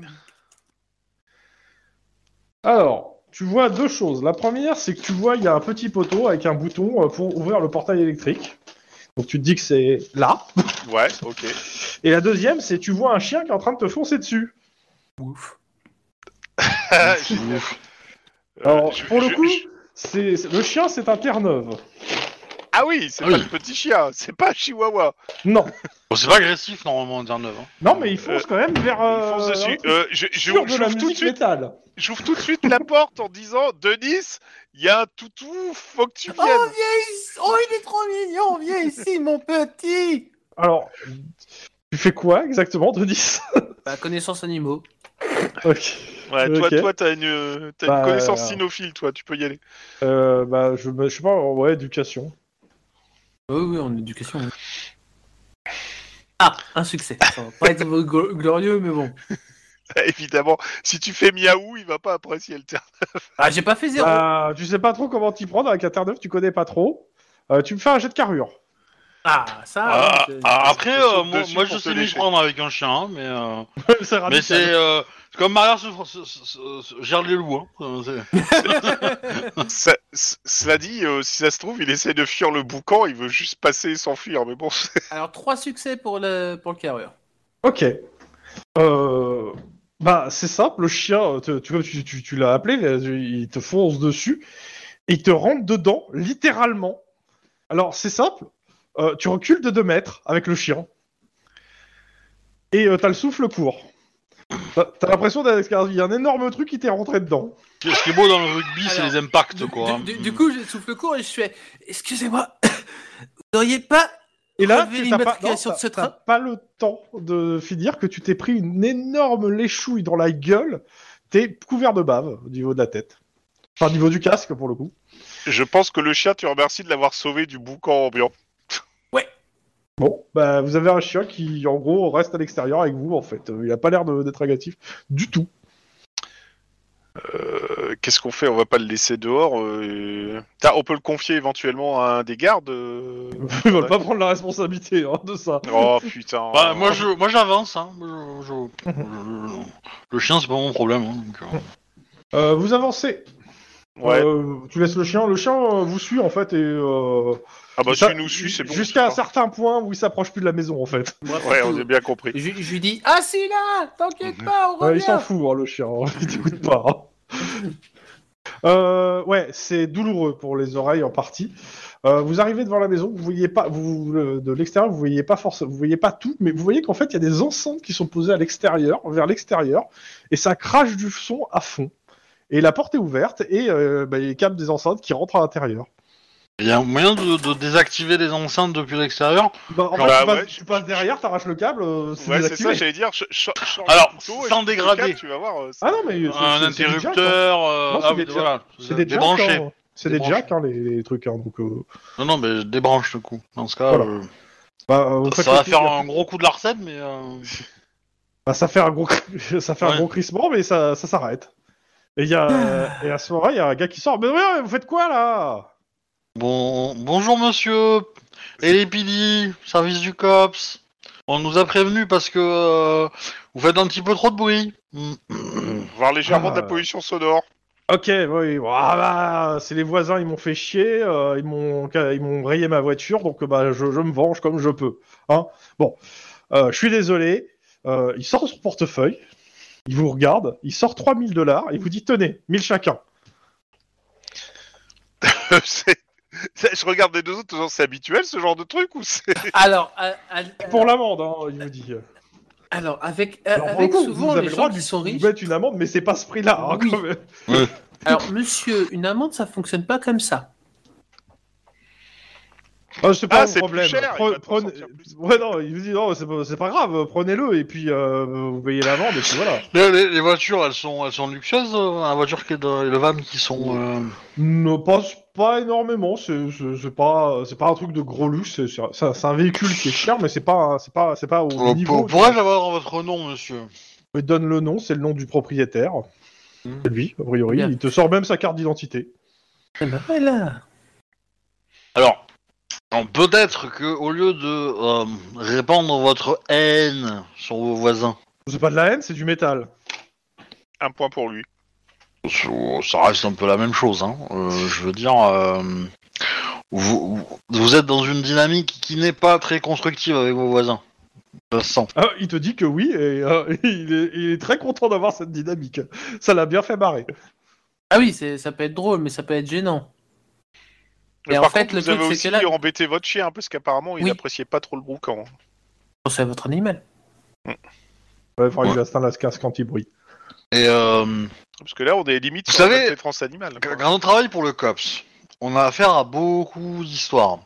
Alors, tu vois deux choses. La première, c'est que tu vois, il y a un petit poteau avec un bouton euh, pour ouvrir le portail électrique. Donc tu te dis que c'est là. Ouais, ok. Et la deuxième, c'est tu vois un chien qui est en train de te foncer dessus. Ouf. Génial. Euh, Alors, je- pour je- le coup, je- c'est c'est- le chien, c'est un Terre-Neuve. Ah oui, c'est Ah pas oui. le petit chien, c'est pas un chihuawa. Non, Bon, c'est pas agressif normalement en 19. Hein. non, mais il fonce quand même vers. Il fonce euh, dessus. un truc Euh, je- je- sûr de la J'ouvre tout, de musique suite- métal. j'ouvre tout de suite la porte en disant Denis, il y a un toutou, faut que tu viennes. Ah Oh, viens Oh, il est trop mignon Viens ici, mon petit Alors, tu fais quoi exactement, Denis Bah, connaissance animaux. Ok. ouais, toi, ok. toi, t'as une, euh, t'as Bah, une connaissance alors. cynophile, toi, tu peux y aller. Euh, bah, je, me- je sais pas, ouais, éducation. Oui, oui, en éducation. oui. Ah, un succès. Ça va pas être gl- glorieux, mais bon. Évidemment, si tu fais miaou, il va pas apprécier le terme. Ah, j'ai pas fait zéro. Bah, tu sais pas trop comment t'y prendre avec un Terre-Neuve, tu connais pas trop. Euh, tu me fais un jet de carrure. Ah, ça. Ah, oui, c'est- ah, après, Saute euh, moi, dessus moi, pour je te sais m'y lécher. prendre avec un chien, hein, mais, euh, Ah, c'est mais radical. c'est euh, c'est comme Maria se, se- se- se- se- gère les loups. Hein. Euh, c'est- Ça- c- cela dit, euh, si ça se trouve, il essaie de fuir le boucan, il veut juste passer et s'enfuir. Mais bon, c'est- Alors, trois succès pour le, pour le carreur. Ok. Euh, Bah, c'est simple, le chien, euh, te- tu, tu, tu- tu l'as appelé, euh, il te fonce dessus, et il te rentre dedans, littéralement. Alors, c'est simple, euh, tu recules de 2 mètres avec le chien, et euh, t'as le souffle court. T'as t'as l'impression d'Alex Skarsgård, il y a un énorme truc qui t'est rentré dedans. Ce qui est beau dans le rugby, c'est Alors, les impacts, Du, quoi. hein. du- du- du coup, je souffle court et je fais Excusez-moi, vous n'auriez pas. Et là, Relever tu- t'as pas, non, l'immatriculation de t'as- ce t'as train. pas le temps de finir que tu t'es pris une énorme léchouille dans la gueule. T'es couvert de bave au niveau de la tête. Enfin, au niveau du casque, pour le coup. Je pense que le chien, tu remercies de l'avoir sauvé du boucan ambiant. Bon, bah, vous avez un chien qui, en gros, reste à l'extérieur avec vous, en fait. Euh, Il a pas l'air de- d'être agressif du tout. Euh, Qu'est-ce qu'on fait On va pas le laisser dehors. euh, Putain, on peut le confier éventuellement à un des gardes. euh. Ils veulent pas prendre la responsabilité hein, de ça. Oh putain. Bah, moi, je, moi, j'avance, hein. Moi, je- je- je- le chien, c'est pas mon problème. hein, donc, euh. Euh, vous avancez. Ouais. Euh, tu laisses le chien. Le chien euh, vous suit, en fait, et... euh, ah bah ça- tu nous suis, c'est bon. Jusqu'à un c'est pas- certain point où il s'approche plus de la maison, en fait. Ouais, on a bien compris. Je, je lui dis Ah, si, là T'inquiète pas, on Ouais, il revient s'en fout, hein, le chien. hein. Il t'écoute pas. hein. Euh, ouais, c'est douloureux pour les oreilles en partie. Euh, vous arrivez devant la maison, vous voyez pas, vous, le- de l'extérieur, vous voyez pas force, vous voyez pas tout, mais vous voyez qu'en fait il y a des enceintes qui sont posées à l'extérieur, vers l'extérieur, et ça crache du son à fond. Et la porte est ouverte et euh, bah, il y a les câbles des enceintes qui rentrent à l'intérieur. Il y a un moyen de, de désactiver les enceintes depuis l'extérieur Bah, en fait, Genre, bah, tu, passes, ouais, tu passes derrière, t'arraches le câble, euh, c'est Ouais, c'est ça, désactivé. j'allais dire. ch- ch- change Alors, le couteau et sans coupe le dégrader. câble, Tu vas voir. euh, ça- Ah non, mais c'est- Un c'est- c'est du jack, hein. interrupteur, euh, Non, c'est ah, des jacks. voilà, C'est des jacks, débranché. hein. C'est des Débranché. jacks, hein, les, les trucs. Hein, donc, euh, Non, non, mais je débranche le coup. Dans ce cas, Voilà. euh, bah, euh, vous faites ça le va coup, faire il y a- un gros coup de larcène, mais. euh, Bah, ça fait un gros, cri- ça fait un Ouais. gros crissement, mais ça, ça s'arrête. Et il y a, et à ce moment-là, il y a un gars qui sort. Mais ouais, vous faites quoi là Bon, bonjour monsieur, et les PD, service du COPS. On nous a prévenu parce que euh, vous faites un petit peu trop de bruit. Mm. euh, Voir légèrement de la Ah. pollution sonore. Ok, oui, ah, bah, c'est les voisins, ils m'ont fait chier, euh, ils m'ont, ils m'ont rayé ma voiture, donc bah, je, je me venge comme je peux. Hein bon, Euh, je suis désolé. Euh, il sort son portefeuille, il vous regarde, il sort 3000 dollars, il vous dit tenez, 1000 chacun. C'est- c'est- Je regarde les deux autres, genre, c'est habituel ce genre de truc ou c'est. Alors, à- à- Pour l'amende, hein, il vous dit. alors, avec, euh, Alors, pour le avec coup, souvent vous avez les le droit gens de qui lui- sont vous riches. mettre une amende, mais c'est pas ce prix-là, hein, Oui. quand même. Alors, monsieur, une amende, ça fonctionne pas comme ça. Ah, c'est pas Ah, un c'est plus problème. cher, il Pre- va te prenez- sortir plus. Ouais, non, il vous dit non, c'est pas, c'est pas grave, euh, prenez-le et puis euh, vous payez l'amende et puis voilà. Les, les- les voitures, elles sont, elles sont luxueuses, euh, la voiture qui est de- et le van qui sont. euh, Ne passe pas énormément, c'est c'est- c'est pas, c'est pas un truc de gros luxe, c'est- c'est un- c'est un véhicule qui est cher, mais c'est pas, un- c'est pas, c'est pas au euh, niveau. pour- Pourrais-je avoir votre nom, monsieur Il donne le nom, c'est le nom du propriétaire. Hmm. C'est lui, a priori. Bien. Il te sort même sa carte d'identité. Eh ben, voilà. Alors, alors, peut-être que au lieu de euh, répandre votre haine sur vos voisins, C'est pas de la haine, c'est du métal. Un point pour lui. ça reste un peu la même chose. Hein. Euh, je veux dire, euh, vous, vous êtes dans une dynamique qui n'est pas très constructive avec vos voisins. Je le sens. Ah, il te dit que oui, et euh, il, est, il est très content d'avoir cette dynamique. Ça l'a bien fait marrer. Ah oui, c'est- ça peut être drôle, mais ça peut être gênant. Mais Et en par fait, contre, le vous truc, avez c'est aussi que là- embêté votre chien parce qu'apparemment il Oui. n'appréciait pas trop le boucan. Pensez à votre animal. Ouais, enfin, il installe la casque anti-bruit. Et euh, Parce que là, on est limite Vous sur savez- la défense animale. Qu- Quand on travaille pour le COPS, on a affaire à beaucoup d'histoires.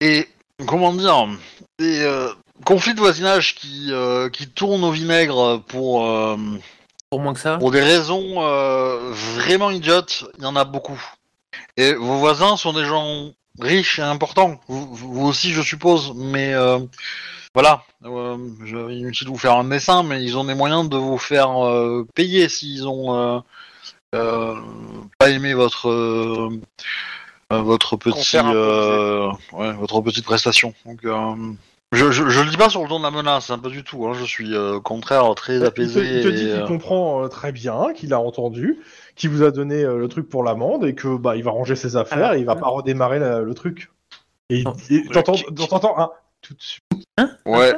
Et comment dire, des euh, conflits de voisinage qui, euh, qui tournent au vinaigre pour, euh, Pour moins que ça. pour des raisons euh, vraiment idiotes, il y en a beaucoup. Et vos voisins sont des gens riches et importants, vous, vous aussi je suppose, mais euh, voilà, euh, je, inutile de vous faire un dessin, mais ils ont des moyens de vous faire euh, payer s'ils ont euh, euh, pas aimé votre euh, euh, votre petit Concert imposé. euh, ouais, votre petite prestation. Donc euh, je, je, je le dis pas sur le ton de la menace, hein, pas du tout. hein, je suis euh, au contraire très Bah, Il te, apaisé. il te dit et, qu'il euh, comprend euh, très bien, qu'il a entendu, qu'il vous a donné euh, le truc pour l'amende et que bah il va ranger ses affaires Alors, et il va euh, pas redémarrer la- le truc. Et il- Non. et t'entends, qui- qui- t'entends un tout de suite, ouais,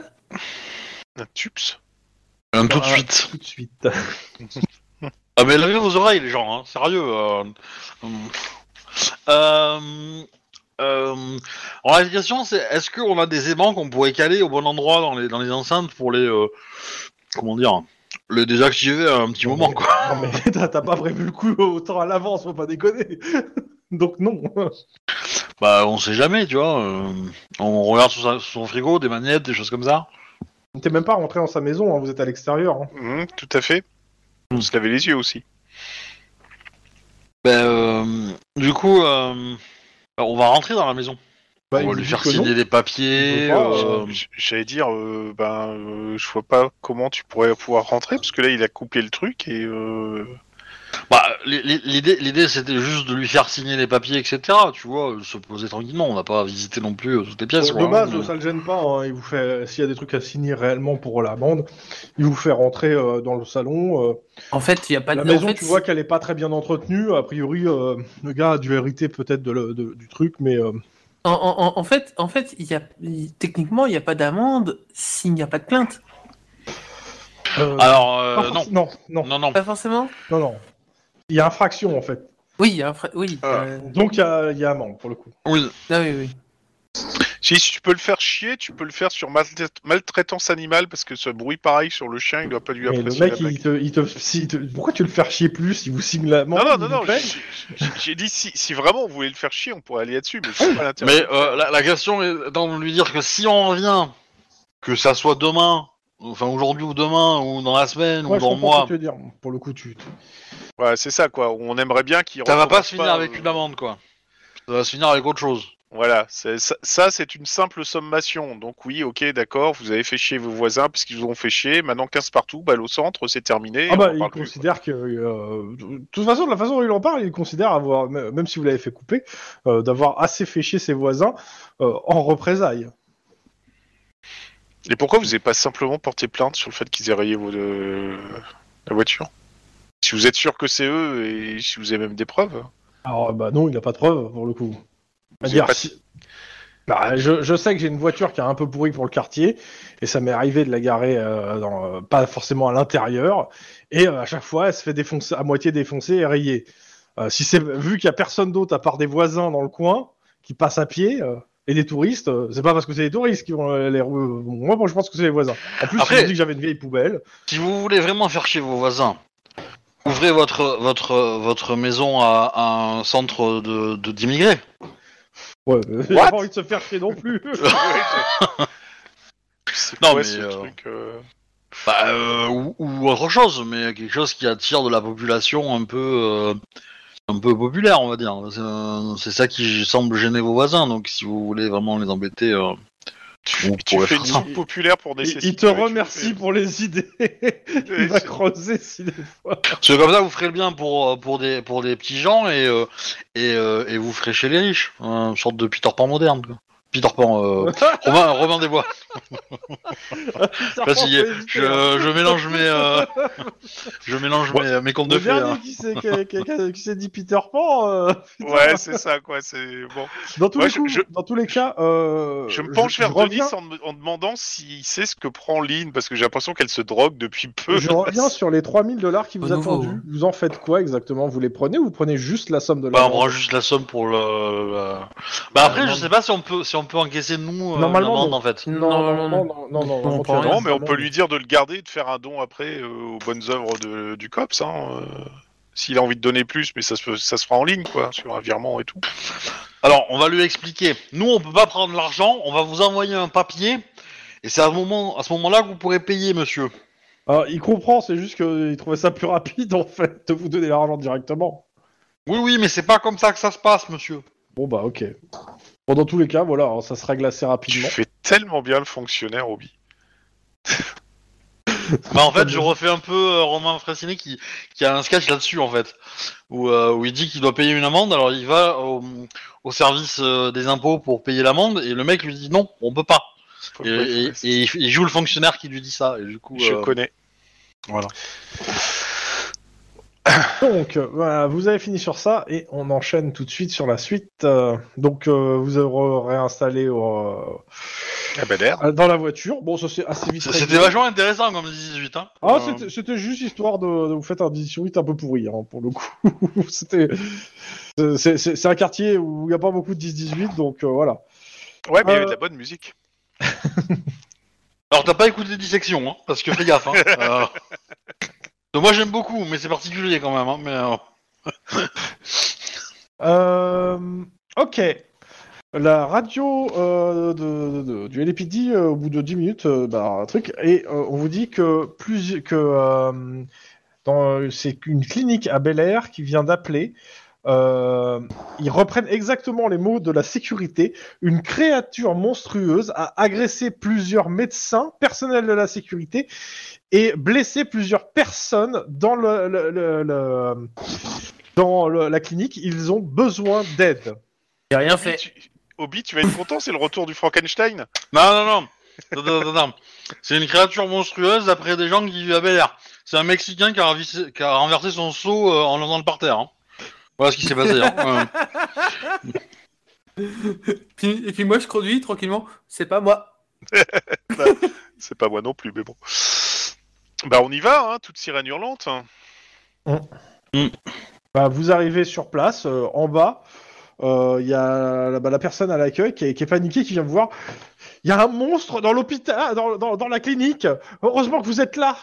Un tups. un tout de Ah. suite. tout de suite. Bah, Ah mais lavez vos oreilles les gens, hein, sérieux. euh. Hum. Euh, euh, Alors la question c'est est-ce qu'on a des aimants qu'on pourrait caler au bon endroit dans les, dans les enceintes pour les... euh, Comment dire le désactiver à un petit moment, quoi. Non, mais t'as t'as pas prévu le coup autant à l'avance, faut pas déconner. Donc non. Bah, on sait jamais, tu vois. euh, on regarde sous sa- sous son frigo, des manettes, des choses comme ça. T'es même pas rentré dans sa maison, hein, vous êtes à l'extérieur. hein. Mhm, tout à fait. On Hmm. se lavait les yeux aussi. Bah, euh, du coup, euh, alors, on va rentrer dans la maison. Bah, il on va vous lui dit faire que non. signer des Il papiers. veut pas, euh, J- J'allais dire, euh, ben, euh, je vois pas comment tu pourrais pouvoir rentrer parce que là, il a coupé le truc et euh, Bah, l- l- l'idée, l'idée, c'était juste de lui faire signer les papiers, etc. Tu vois, euh, se poser tranquillement. On n'a pas visité non plus euh, toutes les pièces. Bon, quoi, de base, hein. ça le gêne pas. hein, Il vous fait, s'il y a des trucs à signer réellement pour la bande, il vous fait rentrer euh, dans le salon. euh, En fait, il y a pas la de. maison, en fait, tu vois qu'elle est pas très bien entretenue. A priori, euh, le gars a dû hériter peut-être de le- de- du truc, mais euh, en, en- en- en fait, en fait, il y a il- techniquement, il n'y a pas d'amende s'il n'y a pas de plainte. euh, Alors, euh, pas Ah, non. forc- non, non, Non, non. Pas forcément. non, non. Il y a infraction en fait. Oui, il y a un fra- oui. Ah. euh, Donc il y a, il y a amende pour le coup. Oui. ah oui, oui. si tu peux le faire chier, tu peux le faire sur maltrait- maltraitance animale parce que ce bruit pareil sur le chien, il doit pas lui Mais le apprécier. mec, la il blague. te, il te- s'il te- pourquoi tu le faire chier plus Il vous signe l'amende. Non, non, il non, vous non. paye j'ai- j'ai- J'ai dit si, si vraiment on voulait le faire chier, on pourrait aller là-dessus, mais je Ah sais pas l'intérêt. Mais euh, la, la question est de lui dire que si on revient, que ça soit demain, enfin aujourd'hui ou demain, ou dans la semaine, Ouais, ou je dans le comprends ce mois, que tu veux dire. Pour le coup, tu. Ouais, c'est ça quoi. On aimerait bien qu'il. ça va pas recommence se finir avec euh, une amende, quoi. Ça va se finir avec autre chose. Voilà, c'est- ça, ça, c'est une simple sommation. Donc oui, ok, d'accord, vous avez fait chier vos voisins parce qu'ils vous ont fait chier. Maintenant 15 partout, balle au centre, c'est terminé. Ah on bah, en il parle plus, considère que. euh, de toute façon, de la façon dont il en parle, il considère avoir, m- même si vous l'avez fait couper, euh, d'avoir assez fait chier ses voisins euh, en représailles. quoi. Et pourquoi vous n'avez pas simplement porté plainte sur le fait qu'ils aient rayé vos, euh, la voiture Si vous êtes sûr que c'est eux et si vous avez même des preuves. Alors, bah non, il n'a pas de preuves pour le coup. Vous C'est-à-dire, avez pas- si- Bah, je, je sais que j'ai une voiture qui est un peu pourrie pour le quartier, et ça m'est arrivé de la garer euh, dans, euh, pas forcément à l'intérieur, et euh, à chaque fois, elle se fait défoncer, à moitié défoncer et rayer. Euh, si c'est vu qu'il y a personne d'autre à part des voisins dans le coin qui passent à pied euh, et des touristes, euh, c'est pas parce que c'est des touristes qui vont euh, les roues. Moi, bon, je pense que c'est les voisins. En plus, Après- ils m'ont dit que j'avais une vieille poubelle. Si vous voulez vraiment faire chier vos voisins, ouvrez votre votre votre maison à, à un centre de de- d'immigrés. Ouais, euh, j'ai What pas envie de se faire chier non plus. C'est Non, quoi mais, ce euh, truc, euh Bah, euh, ou, ou autre chose, mais quelque chose qui attire de la population un peu euh, un peu populaire, on va dire. C'est, euh, C'est ça qui semble gêner vos voisins. Donc, si vous voulez vraiment les embêter, euh, Tu, vous tu pourrez fais faire une ça. idée populaire pour Il, nécessiter. il te remercie pour les idées. il va creuser si des fois. parce que comme ça, vous ferez le bien pour euh, pour des pour des petits gens et euh, et, euh, et vous ferez chez les riches, Hein, une sorte de Peter Pan moderne. quoi. Peter Pan, Oh. euh, Romain, Romain Desbois. Là, si, je, je mélange mes euh, je mélange mes, mes comptes de Le fées. dernier hein. qui s'est qui, qui- qui- qui s'est dit Peter Pan, euh, Ouais, c'est ça quoi. C'est bon. dans, tous Ouais, les je- coups- je- dans tous les cas, euh, Je me penche vers Denis reviens, en, me- en demandant s'il sait ce que prend Lynn, parce que j'ai l'impression qu'elle se drogue depuis peu. je reviens sur les 3000 dollars qui vous Au a nouveau. hein. tendu. Vous en faites quoi exactement Vous les prenez ou vous prenez juste la somme de Bah, la on prend juste la somme pour le. la- Bah après, je non. sais pas si on peut, si on peut encaisser nous euh, Normalement, l'amende, non. en fait. non, non, non, non, non, non, non, non, on prend tu as rien. Non, mais on raison. peut lui dire de le garder et de faire un don après euh, aux bonnes œuvres de- du COPS. Hein, euh, S'il a envie de donner plus, mais ça se, peut- ça se fera en ligne, quoi, sur un virement et tout. Alors, on va lui expliquer. Nous, on peut pas prendre l'argent. On va vous envoyer un papier. Et c'est à, ce moment, à ce moment-là que vous pourrez payer, monsieur. Alors, Ah, il comprend, c'est juste qu'il trouvait ça plus rapide en fait de vous donner l'argent directement. Oui, oui, mais c'est pas comme ça que ça se passe, monsieur. Bon bah ok. Bon dans tous les cas, voilà, hein, ça se règle assez Tu rapidement. fais tellement bien le fonctionnaire, Obi. Bah, en fait, je refais un peu euh, Romain Fraissinet qui, qui a un sketch là-dessus, en fait. Où, euh, où il dit qu'il doit payer une amende. Alors, il va au, au service euh, des impôts pour payer l'amende. Et le mec lui dit non, on peut pas. Faut- Et, ouais, et- faut- et il- il joue le fonctionnaire qui lui dit ça. Et du coup. Je euh, connais. Voilà. Donc, euh, voilà, vous avez fini sur ça et on enchaîne tout de suite sur la suite. Euh, donc, euh, vous aurez réinstallé au, Ah ben l'air. euh, dans la voiture. Bon, ça c'est assez vite. C- réglé. C'était vachement intéressant comme 18, hein. Ah, Euh, c'était- c'était juste histoire de, de vous faire un 18 un peu pourri, hein, pour le coup. c'était. c'est- C'est c'est un quartier où il n'y a pas beaucoup de 10-18, donc euh, voilà. Ouais, mais il y Euh, avait de la bonne musique. Alors t'as pas écouté Dissection, hein, parce que fais gaffe. Hein. Euh, Donc moi j'aime beaucoup, mais c'est particulier quand même. hein, mais, euh, Euh, ok. La radio euh, de, de- du LPD, euh, au bout de 10 minutes, euh, bah, un truc, et euh, on vous dit que, plus, que euh, dans, euh, c'est une clinique à Bel Air qui vient d'appeler. Euh, ils reprennent exactement les mots de la sécurité. Une créature monstrueuse a agressé plusieurs médecins, personnel de la sécurité, et blessé plusieurs personnes dans le- le- le- le, dans le- la clinique, ils ont besoin d'aide. J'ai rien Obi, fait. tu... Obi, tu vas être content, c'est le retour du Frankenstein. Non, non, non. Non, non, non, non. C'est une créature monstrueuse après des gens qui vivent à Bel Air. C'est un Mexicain qui a, ravissé- qui a renversé son seau euh, en l'emmenant par terre. hein. Voilà ce qui s'est passé. hein. Euh, Puis- et puis moi, je conduis tranquillement. C'est pas moi. C'est pas moi non plus, mais bon. Bah on y va, hein, toute sirène hurlante. Bah, vous arrivez sur place, euh, en bas, euh, il y a la- bah, la personne à l'accueil qui est, qui est paniquée, qui vient vous voir. Il y a un monstre dans l'hôpital, ah, dans, dans- dans la clinique. Heureusement que vous êtes là.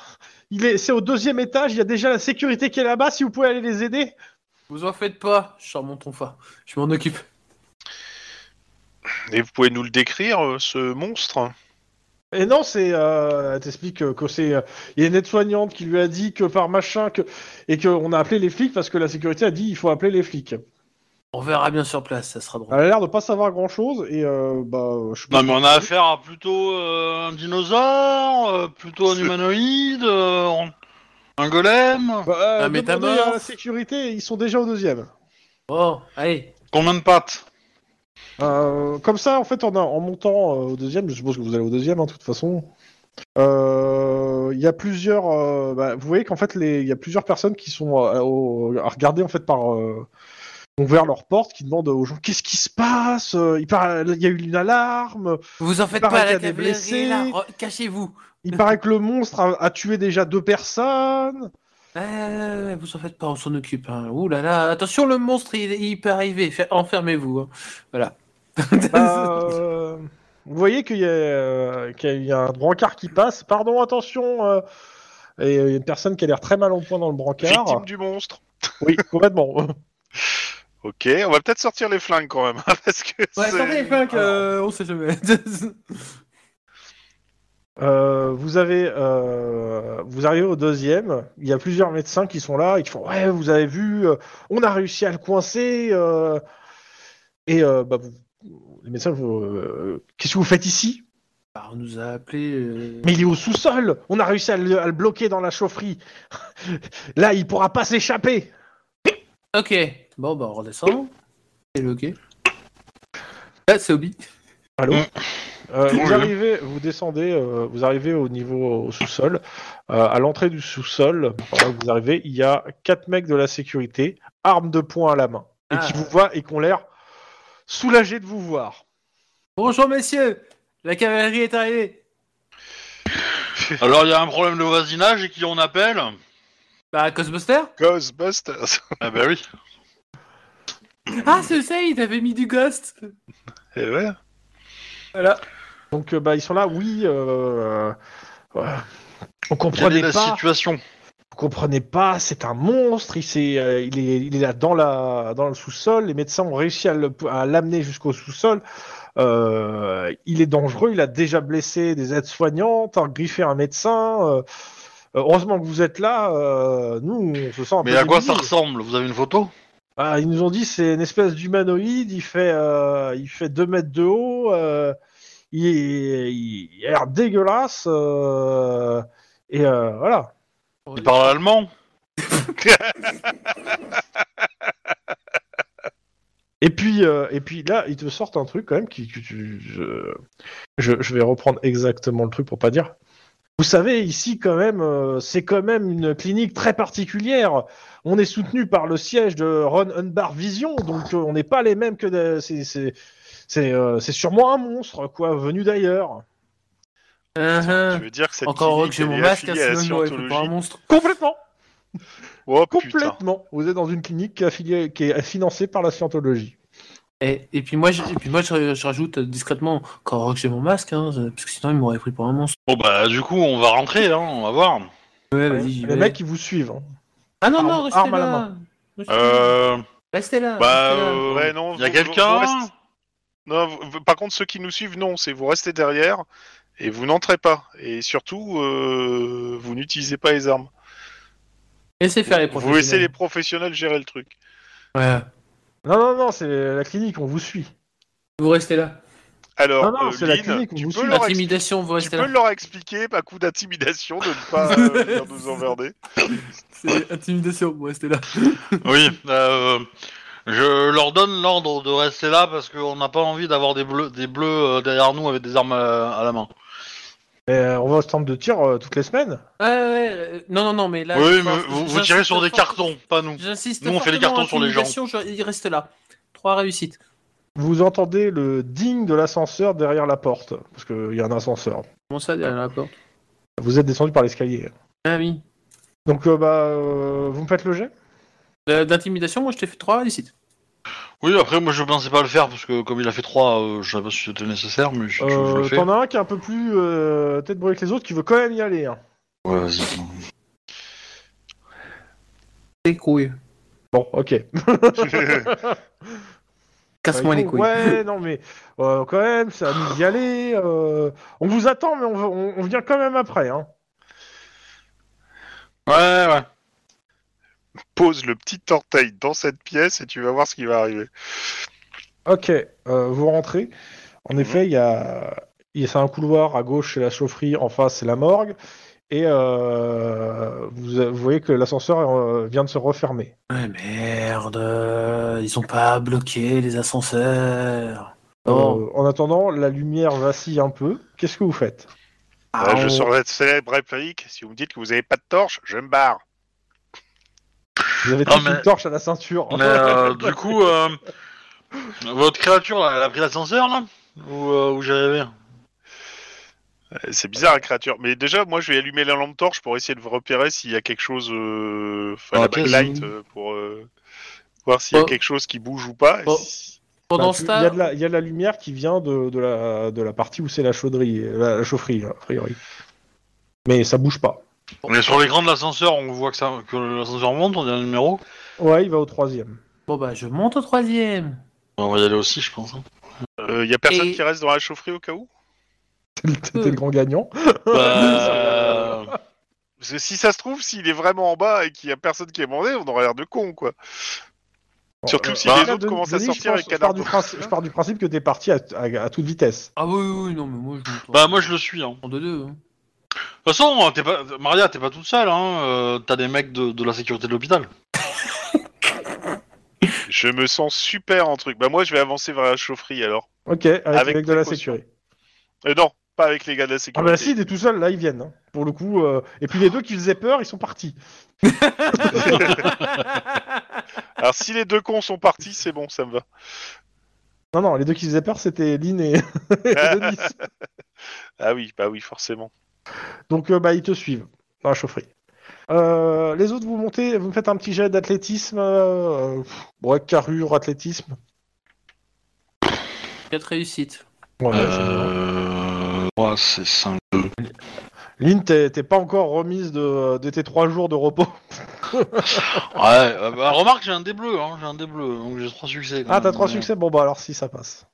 Il est, c'est au deuxième étage. Il y a déjà la sécurité qui est là-bas. Si vous pouvez aller les aider. Vous en faites pas. Je sors mon tonfa. Je m'en occupe. Et vous pouvez nous le décrire, euh, ce monstre Et non, c'est, euh, elle t'explique euh, que c'est, euh, il y a une aide-soignante qui lui a dit que par machin que et qu'on a appelé les flics parce que la sécurité a dit il faut appeler les flics. On verra bien sur place. Ça sera drôle. Elle a l'air de pas savoir grand chose et euh, bah je sais pas Non, mais on a affaire à plutôt euh, un dinosaure, euh, plutôt un humanoïde, euh, un golem. Bah, Un euh, demandez métamorphe. à la sécurité, ils sont déjà au deuxième. Ah. Bon, allez. Combien de pattes Euh, comme ça, en fait, en, en montant euh, au deuxième, je suppose que vous allez au deuxième, hein, de toute façon. euh, Il y a plusieurs. euh, bah, vous voyez qu'en fait, les- il y a plusieurs personnes qui sont euh, au- à regarder en fait par. euh, ont ouvert leur porte, qui demandent aux gens qu'est-ce qui se passe. Euh, Il paraît- il y a eu une alarme. Vous en faites paraît pas à qu'il y la a des cavalerie. blessés. là. Re- Cachez-vous. Il paraît que le monstre a, a tué déjà deux personnes. Euh, vous en faites pas. On s'en occupe. hein. Ouh là là. Attention, le monstre, il, il peut arriver. Fer- Enfermez-vous. hein. Voilà. Euh, vous voyez qu'il y, a, euh, qu'il y a un brancard qui passe. Pardon, attention. euh, et euh, il y a une personne qui a l'air très mal en point dans le brancard. Victime du monstre. Oui, complètement. Ok, on va peut-être sortir les flingues quand même, hein, parce que Ouais, c'est- sortez les flingues, euh, on sait jamais. Euh, vous avez, euh, vous arrivez au deuxième. Il y a plusieurs médecins qui sont là et qui font ouais, vous avez vu, euh, on a réussi à le coincer. euh. et euh, bah, vous- les médecins, vous, euh, qu'est-ce que vous faites ici Bah, on nous a appelé. euh, Mais il est au sous-sol. On a réussi à le, à le bloquer dans la chaufferie. là, il pourra pas s'échapper. Ok. Bon, bah, on redescend. C'est ok. Là, Ah, c'est Obi. Allô Mm. Euh, Oui. vous arrivez, vous descendez, euh, vous arrivez au niveau au sous-sol. Euh, à l'entrée du sous-sol, pendant que vous arrivez, il y a quatre mecs de la sécurité, armes de poing à la main, et Ah. qui vous voient et qui ont l'air soulagés de vous voir. Ah. Bonjour, messieurs. La cavalerie est arrivée. Alors il y a un problème de voisinage et qui on appelle Bah, Cosbuster Ghostbusters. Ah bah oui. Ah, c'est ça, il t'avait mis du ghost. Eh ouais. Voilà. Donc euh, bah, ils sont là, oui. euh, euh, on Quelle est comprenait la pas. situation Vous comprenez pas, c'est un monstre, il, s'est, euh, il, est, il est là dans, la, dans le sous-sol, les médecins ont réussi à, le- à l'amener jusqu'au sous-sol, Euh, il est dangereux, il a déjà blessé des aides-soignantes, a griffé un médecin, Euh, heureusement que vous êtes là, euh, nous on se sent un Mais peu à quoi ça démunis. ressemble Vous avez une photo Ah, Ils nous ont dit c'est une espèce d'humanoïde, il fait, euh, il fait 2 mètres de haut, euh, il, est, il a l'air dégueulasse, euh, et euh, voilà. Il parle allemand Et puis, euh, et puis là, ils te sortent un truc quand même qui, que tu- je, je, je vais reprendre exactement le truc pour pas dire. Vous savez, ici quand même, euh, c'est quand même une clinique très particulière. On est soutenu par le siège de Ron Unbar Vision, donc euh, on n'est pas les mêmes que des- c'est c'est c'est euh, c'est sûrement un monstre quoi, venu d'ailleurs. Uh-huh. Tu veux dire que cette Encore heureux que clinique, j'ai elle mon est masque, affiliée à la sinon il fait pas un scientologie monstre. Complètement, Oh putain. complètement. Vous êtes dans une clinique qui est affiliée, qui est financée par la scientologie. Et, et puis moi, je, et puis moi je, je rajoute euh, discrètement, encore euh, heureux que j'ai mon masque, hein, parce que sinon il m'aurait pris pour un monstre. Bon bah du coup on va rentrer, hein, on va voir. Ouais, vas-y, j'y Les vais. mecs, ils vous suivent. hein. Ah non, arme- non, restez arme à la là. Restez là. Euh, Restez là. Bah, restez là. euh, ouais, non. il y a vous- vous- vous quelqu'un restez- Non, vous- vous- par contre, ceux qui nous suivent, non, c'est vous restez derrière et vous n'entrez pas. Et surtout, euh, vous n'utilisez pas les armes. Laissez faire les Vous laissez les professionnels. professionnels gérer le truc. Ouais. Non, non, non, c'est la clinique, on vous suit. Vous restez là. Alors, Non, non, euh, c'est la Lynn, clinique, on tu vous peux suit. leur expli- Intimidation, vous tu restez peux là. leur expliquer par coup d'intimidation de ne pas euh, venir nous emmerder. C'est intimidation, vous restez là. oui. euh, je leur donne l'ordre de rester là parce qu'on n'a pas envie d'avoir des bleus, des bleus euh, derrière nous avec des armes à, à la main. Et, euh, on va au centre de tir euh, toutes les semaines. Ouais, ouais, euh, non, non, non, mais là. oui, je mais pense- vous, vous j'insiste tirez sur des fort- cartons, pas nous. J'insiste. Nous, on fait les fortement, cartons sur les gens. intimidation, je- Il reste là. Trois réussites. Vous entendez le ding de l'ascenseur derrière la porte, parce qu'il y a un ascenseur. Comment ça, derrière la porte Vous êtes descendu par l'escalier. Ah oui. Donc, euh, bah, euh, vous me faites le jet Euh, D'intimidation, moi, je t'ai fait trois réussites. Oui, après, moi, je pensais pas le faire parce que comme il a fait trois, euh, je savais pas si c'était nécessaire, mais je, je- je Euh, le fais. T'en as un qui est un peu plus euh, tête brûlée que les autres, qui veut quand même y aller. hein. Ouais, vas-y. Les couilles. Bon, ok. Casse-moi Ouais, les donc, couilles. Ouais, non, mais euh, quand même, ça à nous d'y aller. euh, on vous attend, mais on, va- on- on vient quand même après. Hein. Ouais, ouais. Pose le petit orteil dans cette pièce et tu vas voir ce qui va arriver. Ok, euh, vous rentrez. Mhm. En effet, il y a, il y a- c'est un couloir à gauche, c'est la chaufferie, en face, c'est la morgue. Et euh, vous, vous voyez que l'ascenseur euh, vient de se refermer. Ouais, merde, euh, ils ont pas bloqué les ascenseurs. Oh. Euh, en attendant, la lumière vacille un peu. Qu'est-ce que vous faites Ah, Euh, je on- sors cette célèbre réplique. Si vous me dites que vous n'avez pas de torche, je me barre. Vous avez Non, tous mais- une torche à la ceinture. Mais euh, du coup, euh, votre créature, là, elle a pris l'ascenseur là Ou euh, où j'ai rêvé Euh, C'est bizarre la créature. Mais déjà, moi, je vais allumer la lampe torche pour essayer de vous repérer s'il y a quelque chose. euh, Enfin, Ah, la tiens, backlight c'est- euh, pour euh, voir s'il y a Oh. quelque chose qui bouge ou pas. Et Oh. si- pendant Bah, tu- ce il, temps, y a de la, il y a de la lumière qui vient de, de la, de la partie où c'est la chauderie, la, la chaufferie, a priori. Mais ça bouge pas. On est sur l'écran de l'ascenseur, on voit que, ça, que l'ascenseur monte, on a un numéro. Ouais, il va au troisième. bon bah je monte au troisième. On va y aller aussi, je pense. hein. Euh, Il y a personne Et- qui reste dans la chaufferie au cas où Euh. C'était le grand gagnant. Bah, Parce que si ça se trouve, s'il est vraiment en bas et qu'il y a personne qui est demandé, on aurait l'air de con, quoi. Surtout si les autres Denis, commencent à Denis, sortir je pense- avec je pars, canard du dans- principe, je pars du principe que t'es parti à, à- à toute vitesse. Ah oui, oui, oui, non mais moi je monte. bah, moi je le suis. Hein. en deux deux. hein. De toute façon, t'es pas... Maria, t'es pas toute seule, hein. euh, t'as des mecs de, de la sécurité de l'hôpital. Je me sens super en truc. Bah, moi, je vais avancer vers la chaufferie alors. Ok, avec, Avec avec de la précaution. sécurité. Euh, non, pas avec les gars de la Ah sécurité. bah si, il est tout seul, là, ils viennent. hein. Pour le coup, euh, et puis les deux qui faisaient peur, ils sont partis. Alors, si les deux cons sont partis, c'est bon, ça me va. Non, non, les deux qui faisaient peur, c'était Lynn et, et Denis. Ah oui, bah oui, forcément. Donc euh, bah, ils te suivent dans la chaufferie. Euh, les autres, vous montez, vous me faites un petit jet d'athlétisme, euh, pff, ouais, carrure, athlétisme. Quatre réussites. Ouais, c'est bon. Euh... ouais, c'est 5. Lynn, t'es t'es pas encore remise de, de tes trois jours de repos. Ouais, euh, bah, remarque, j'ai un dé bleu, hein. J'ai un dé bleu, donc j'ai trois succès. quand Ah, t'as même, trois mais succès Bon, bah alors si, ça passe.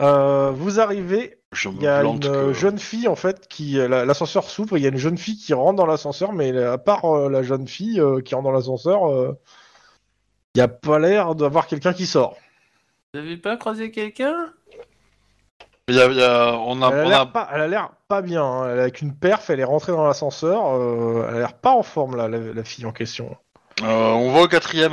Euh, vous arrivez, Je suis un peu il y a plus une euh, lente que- jeune fille en fait qui. euh, la- L'ascenseur s'ouvre, il y a une jeune fille qui rentre dans l'ascenseur, mais à part euh, la jeune fille euh, qui rentre dans l'ascenseur, euh, il y a pas l'air d'avoir quelqu'un qui sort. Vous avez pas croisé quelqu'un Il y a- il y a- On a, Elle a Ah, on l'air a pas, elle a l'air pas bien. hein. Elle a avec une perf, elle est rentrée dans l'ascenseur. euh, elle a l'air pas en forme là, la, la fille en question. Euh, on va au quatrième.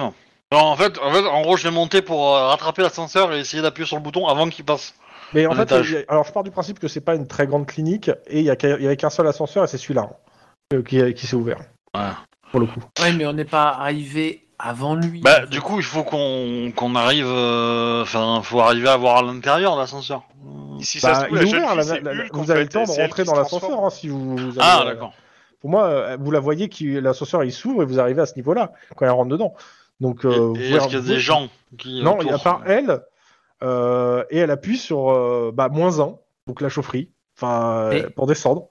Non, en fait, en fait, en gros, je vais monter pour euh, rattraper l'ascenseur et essayer d'appuyer sur le bouton avant qu'il passe. Mais en Un fait, étage. il y a- alors je pars du principe que c'est pas une très grande clinique et il y a qu'un- il y avait qu'un seul ascenseur et c'est celui-là hein, euh, qui, qui s'est ouvert Ouais. pour le coup. Ouais, mais on n'est pas arrivé avant lui. Bah, du coup, il faut qu'on qu'on arrive. euh, Enfin, faut arriver à voir à l'intérieur l'ascenseur. Si Bah, ça se trouve, il la est jeune ouvert, fille, la- c'est la- la- Hulk, en vous avez le fait, temps et de c'est elle rentrer qui dans se transforme. l'ascenseur hein, si vous. vous avez- Ah, d'accord. Pour moi, euh, vous la voyez qui l'ascenseur il s'ouvre et vous arrivez à ce niveau-là quand elle rentre dedans. Donc Et- euh, et vous- est-ce qu'il y a des vous- gens qui. euh, Non, autour il y a part elle, euh, et elle appuie sur euh, bah, moins 1, donc la chaufferie, enfin, euh, Et- pour descendre.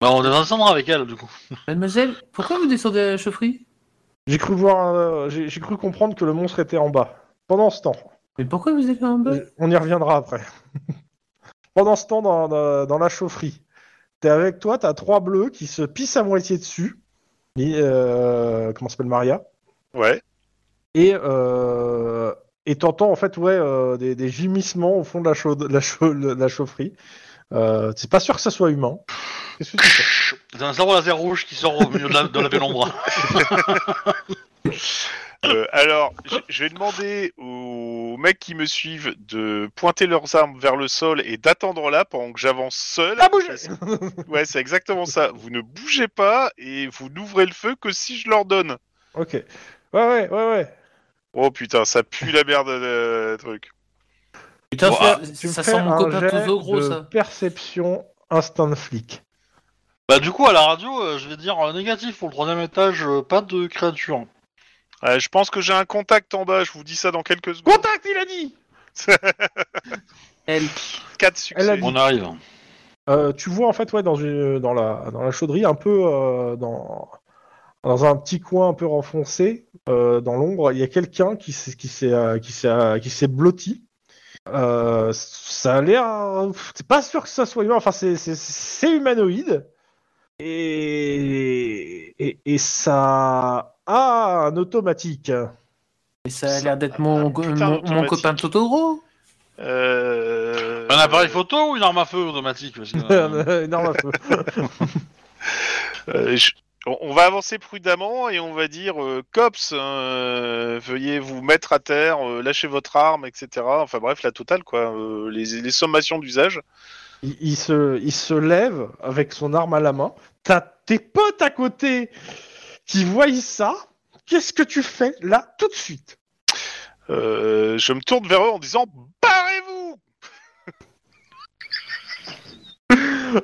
Bah, on descendra avec elle, du coup. Mademoiselle, pourquoi vous descendez à la chaufferie J'ai cru voir, euh, j'ai j'ai cru comprendre que le monstre était en bas. Pendant ce temps, Mais pourquoi vous êtes en bas Euh, On y reviendra après. Pendant ce temps, dans, dans- dans la chaufferie, t'es avec toi, t'as trois bleus qui se pissent à moitié dessus. Et, euh, comment s'appelle Maria hein. Ouais. Et euh, et t'entends en fait ouais euh, des, des gémissements au fond de la, chaude- la, chau- la chaufferie. Euh, c'est pas sûr que ça soit humain. Qu'est-ce que tu fais C'est un cerveau laser rouge qui sort au milieu de la, de la pénombre. Euh, alors, je- je vais demander aux mecs qui me suivent de pointer leurs armes vers le sol et d'attendre là pendant que j'avance seul. Ah, bougez Parce- Ouais, c'est exactement ça. Vous ne bougez pas et vous n'ouvrez le feu que si je leur donne. Ok. Ouais ouais ouais ouais. Oh putain, ça pue la merde, euh, le truc. Putain, Bon, ça, ah, Tu me ça fais sent mon un copain jet Tozo gros, de ça. Perception instinct de flic. bah, du coup, à la radio, euh, je vais dire euh, négatif pour le troisième étage, euh, pas de créature. Euh, je pense que j'ai un contact en bas, je vous dis ça dans quelques secondes. Contact, il a dit. Elle. 4 succès. Elle a dit- On arrive. Euh, tu vois en fait ouais dans une dans la dans la chauderie un peu euh, dans dans un petit coin un peu renfoncé euh, dans l'ombre il y a quelqu'un qui s'est qui s'est euh, qui s'est euh, qui s'est blotti Euh, ça a l'air euh, pff, c'est pas sûr que ça soit humain enfin c'est c'est- c'est humanoïde et, et et ça a un automatique Et ça a Ça- l'air d'être Ah, mon, putain, mon- mon automatique. copain Toto gros. Euh, Un appareil photo ou une arme à feu automatique parce que, euh, énorme à feu. Euh, je- on- On va avancer prudemment et on va dire euh, cops, euh, veuillez vous mettre à terre, euh, lâchez votre arme, etc. Enfin bref, la totale quoi. Euh, les, les sommations d'usage. Il, il se, il se lève avec son arme à la main. T'as tes potes à côté qui voient ça. Qu'est-ce que tu fais là tout de suite Euh, je me tourne vers eux en disant barrez-vous.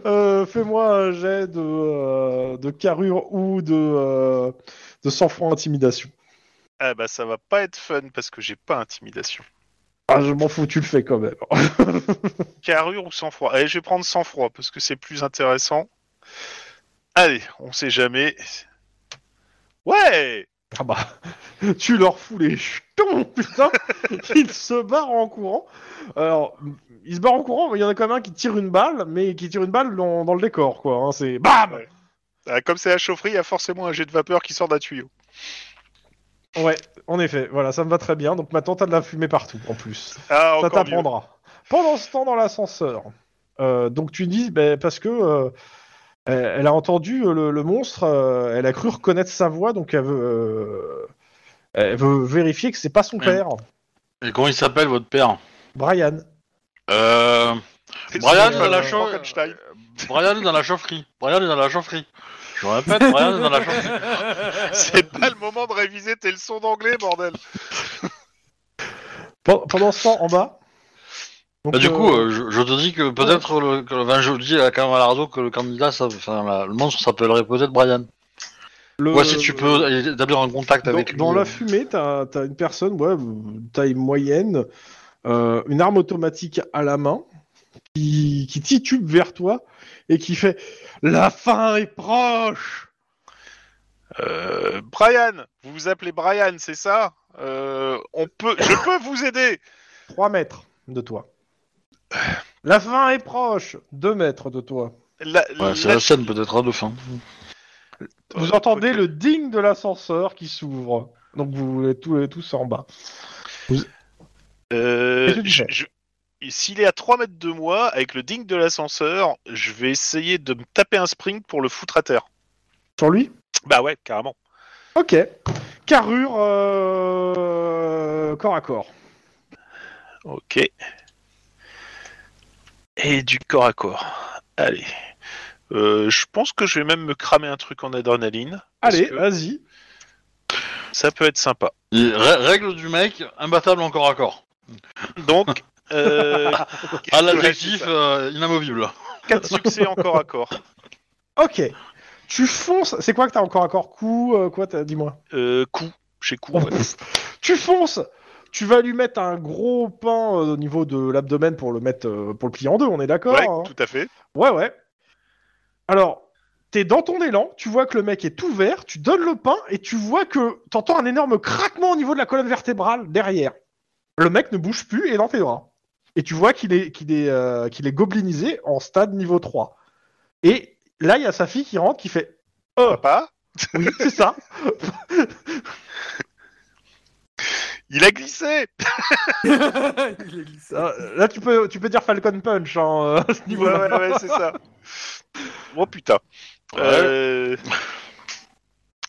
Euh, Fais-moi un jet de, euh, de carrure ou de, euh, de sang-froid intimidation. Ah bah ça va pas être fun parce que j'ai pas intimidation. Ah, je m'en fous, tu le fais quand même. Oh, Carrure ou sang froid. Allez, je vais prendre sang froid parce que c'est plus intéressant. Allez, on sait jamais. Ouais. Ah bah, tu leur fous les jetons, putain Ils se barrent en courant. Alors, ils se barrent en courant, mais il y en a quand même un qui tire une balle, mais qui tire une balle dans, dans le décor, quoi. hein. C'est BAM Ah, comme c'est la chaufferie, il y a forcément un jet de vapeur qui sort d'un tuyau. Ouais, en effet, voilà, ça me va très bien. Donc maintenant, t'as de la fumée partout, en plus. Ah, ça encore mieux. t'apprendra. Pendant ce temps, dans l'ascenseur, euh, donc tu dis, ben, parce que euh, elle, elle a entendu euh, le, le monstre, euh, elle a cru reconnaître sa voix, donc elle veut, euh, elle veut vérifier que c'est pas son Ouais. père, Et comment il s'appelle votre père Brian. euh... C'est Brian c'est, dans la euh, chau- Frankenstein. Brian est dans la chaufferie. Brian est dans la chaufferie. Je répète, Brian est dans la chaufferie. C'est pas le moment de réviser tes leçons d'anglais, bordel. Pen- Pendant ce temps, en bas. Donc, Bah, du euh, coup, euh, je, je te dis que peut-être le, que, enfin, je dis à quand même à la radio que le candidat, ça- enfin, la- le monstre s'appellerait peut-être Brian. le- Ouais, si tu peux établir un contact Dans, avec lui. dans la euh, fumée, t'as as une personne, ouais, taille moyenne, euh, une arme automatique à la main, qui, qui titube vers toi et qui fait La fin est proche Euh, Brian, vous vous appelez Brian, c'est ça Euh, On peut, je peux vous aider. 3 mètres de toi. La fin est proche 2 mètres de toi. La- Ouais, c'est la- la scène peut-être hein, à deux fins. Vous Euh, entendez ok. le ding de l'ascenseur qui s'ouvre. Donc vous êtes tous, tous en bas. Euh, Qu'est-ce que tu je- fais je- et S'il est à 3 mètres de moi, avec le ding de l'ascenseur, je vais essayer de me taper un sprint pour le foutre à terre. Sur lui Bah ouais, carrément. Ok. Carrure euh, corps à corps. Ok. Et du corps à corps. Allez. Euh, je pense que je vais même me cramer un truc en adrénaline. parce Allez, que vas-y. Ça peut être sympa. Et rè- règle du mec, imbattable encore à corps. Donc, euh, À ouais, l'adjectif, c'est ça. euh, inamovible. quatre succès encore à corps. Ok. Tu fonces. C'est quoi que t'as encore encore coup euh, Quoi t'as Dis-moi. Euh, coup, j'ai coup. ouais. Tu fonces. Tu vas lui mettre un gros pain euh, au niveau de l'abdomen pour le mettre euh, pour le plier en deux. On est d'accord Ouais, hein tout à fait. Ouais, ouais. Alors, T'es dans ton élan, tu vois que le mec est tout vert, tu donnes le pain et tu vois que t'entends un énorme craquement au niveau de la colonne vertébrale derrière. Le mec ne bouge plus et est dans tes bras. Et tu vois qu'il est, qu'il est, euh, qu'il est goblinisé en stade niveau 3. Et là, il y a sa fille qui rentre qui fait Oh, Papa, oui, c'est ça. il a glissé Il a glissé. Euh, Là, tu peux, tu peux dire Falcon Punch hein, euh, à ce niveau-là. Ouais, ouais, ouais, c'est ça. Oh putain. Euh,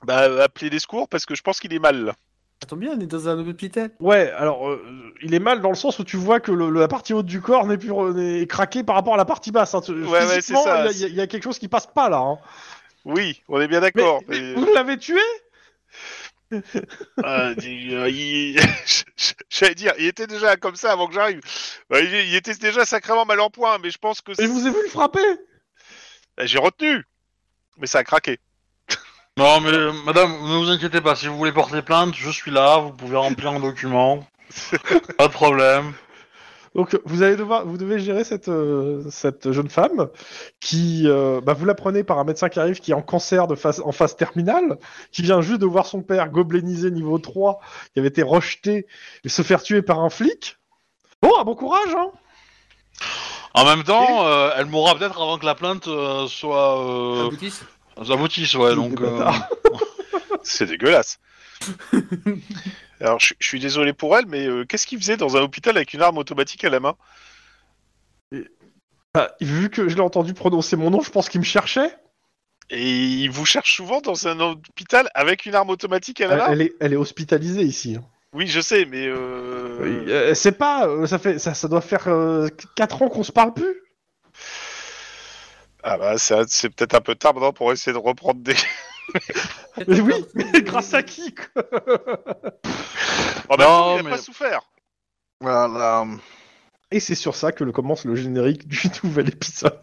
Bah, appelez les secours parce que je pense qu'il est mal. là. Ça tombe bien, on est dans un hôpital. Ouais, alors euh, il est mal dans le sens où tu vois que le- la partie haute du corps n'est plus re- n'est craquée par rapport à la partie basse. hein. Tu- Ouais, ouais, c'est Physiquement, ça. il y a- il y, a quelque chose qui passe pas là. hein. Oui, on est bien d'accord. mais, Vous l'avez tué euh, euh, il- J'allais dire, il était déjà comme ça avant que j'arrive. Euh, Il il était déjà sacrément mal en point, mais je pense que Eh, et je vous ai vu le frapper. j'ai retenu. Mais ça a craqué. Non, mais euh, madame, ne vous inquiétez pas, si vous voulez porter plainte, je suis là, vous pouvez remplir un document. pas de problème. Donc vous allez devoir, vous devez gérer cette euh, cette jeune femme qui, euh, bah, vous l'apprenez par un médecin qui arrive qui est en cancer de phase, en phase terminale, qui vient juste de voir son père gobelinisé niveau 3, qui avait été rejeté et se faire tuer par un flic. Bon, ah, bon courage. Hein En même temps, euh, elle mourra peut-être avant que la plainte euh, soit Oh. euh, Aboutisse. aboutisse, ouais, Des donc... euh, bâtards. C'est dégueulasse. Alors, je, je suis désolé pour elle, mais euh, qu'est-ce qu'il faisait dans un hôpital avec une arme automatique à la main Bah, vu que je l'ai entendu prononcer mon nom, je pense qu'il me cherchait. Et il vous cherche souvent dans un hôpital avec une arme automatique à la Elle, main elle est, elle est hospitalisée ici. Oui, je sais, mais... euh, Euh, c'est pas, euh, ça fait, ça, ça doit faire 4 ans qu'on se parle plus. Ah bah, ça, c'est peut-être un peu tard maintenant pour essayer de reprendre des... Mais oui, mais grâce à qui quoi En Non, même temps, Oh, bah, il a mais- pas souffert voilà. Et c'est sur ça que le commence le générique du nouvel épisode.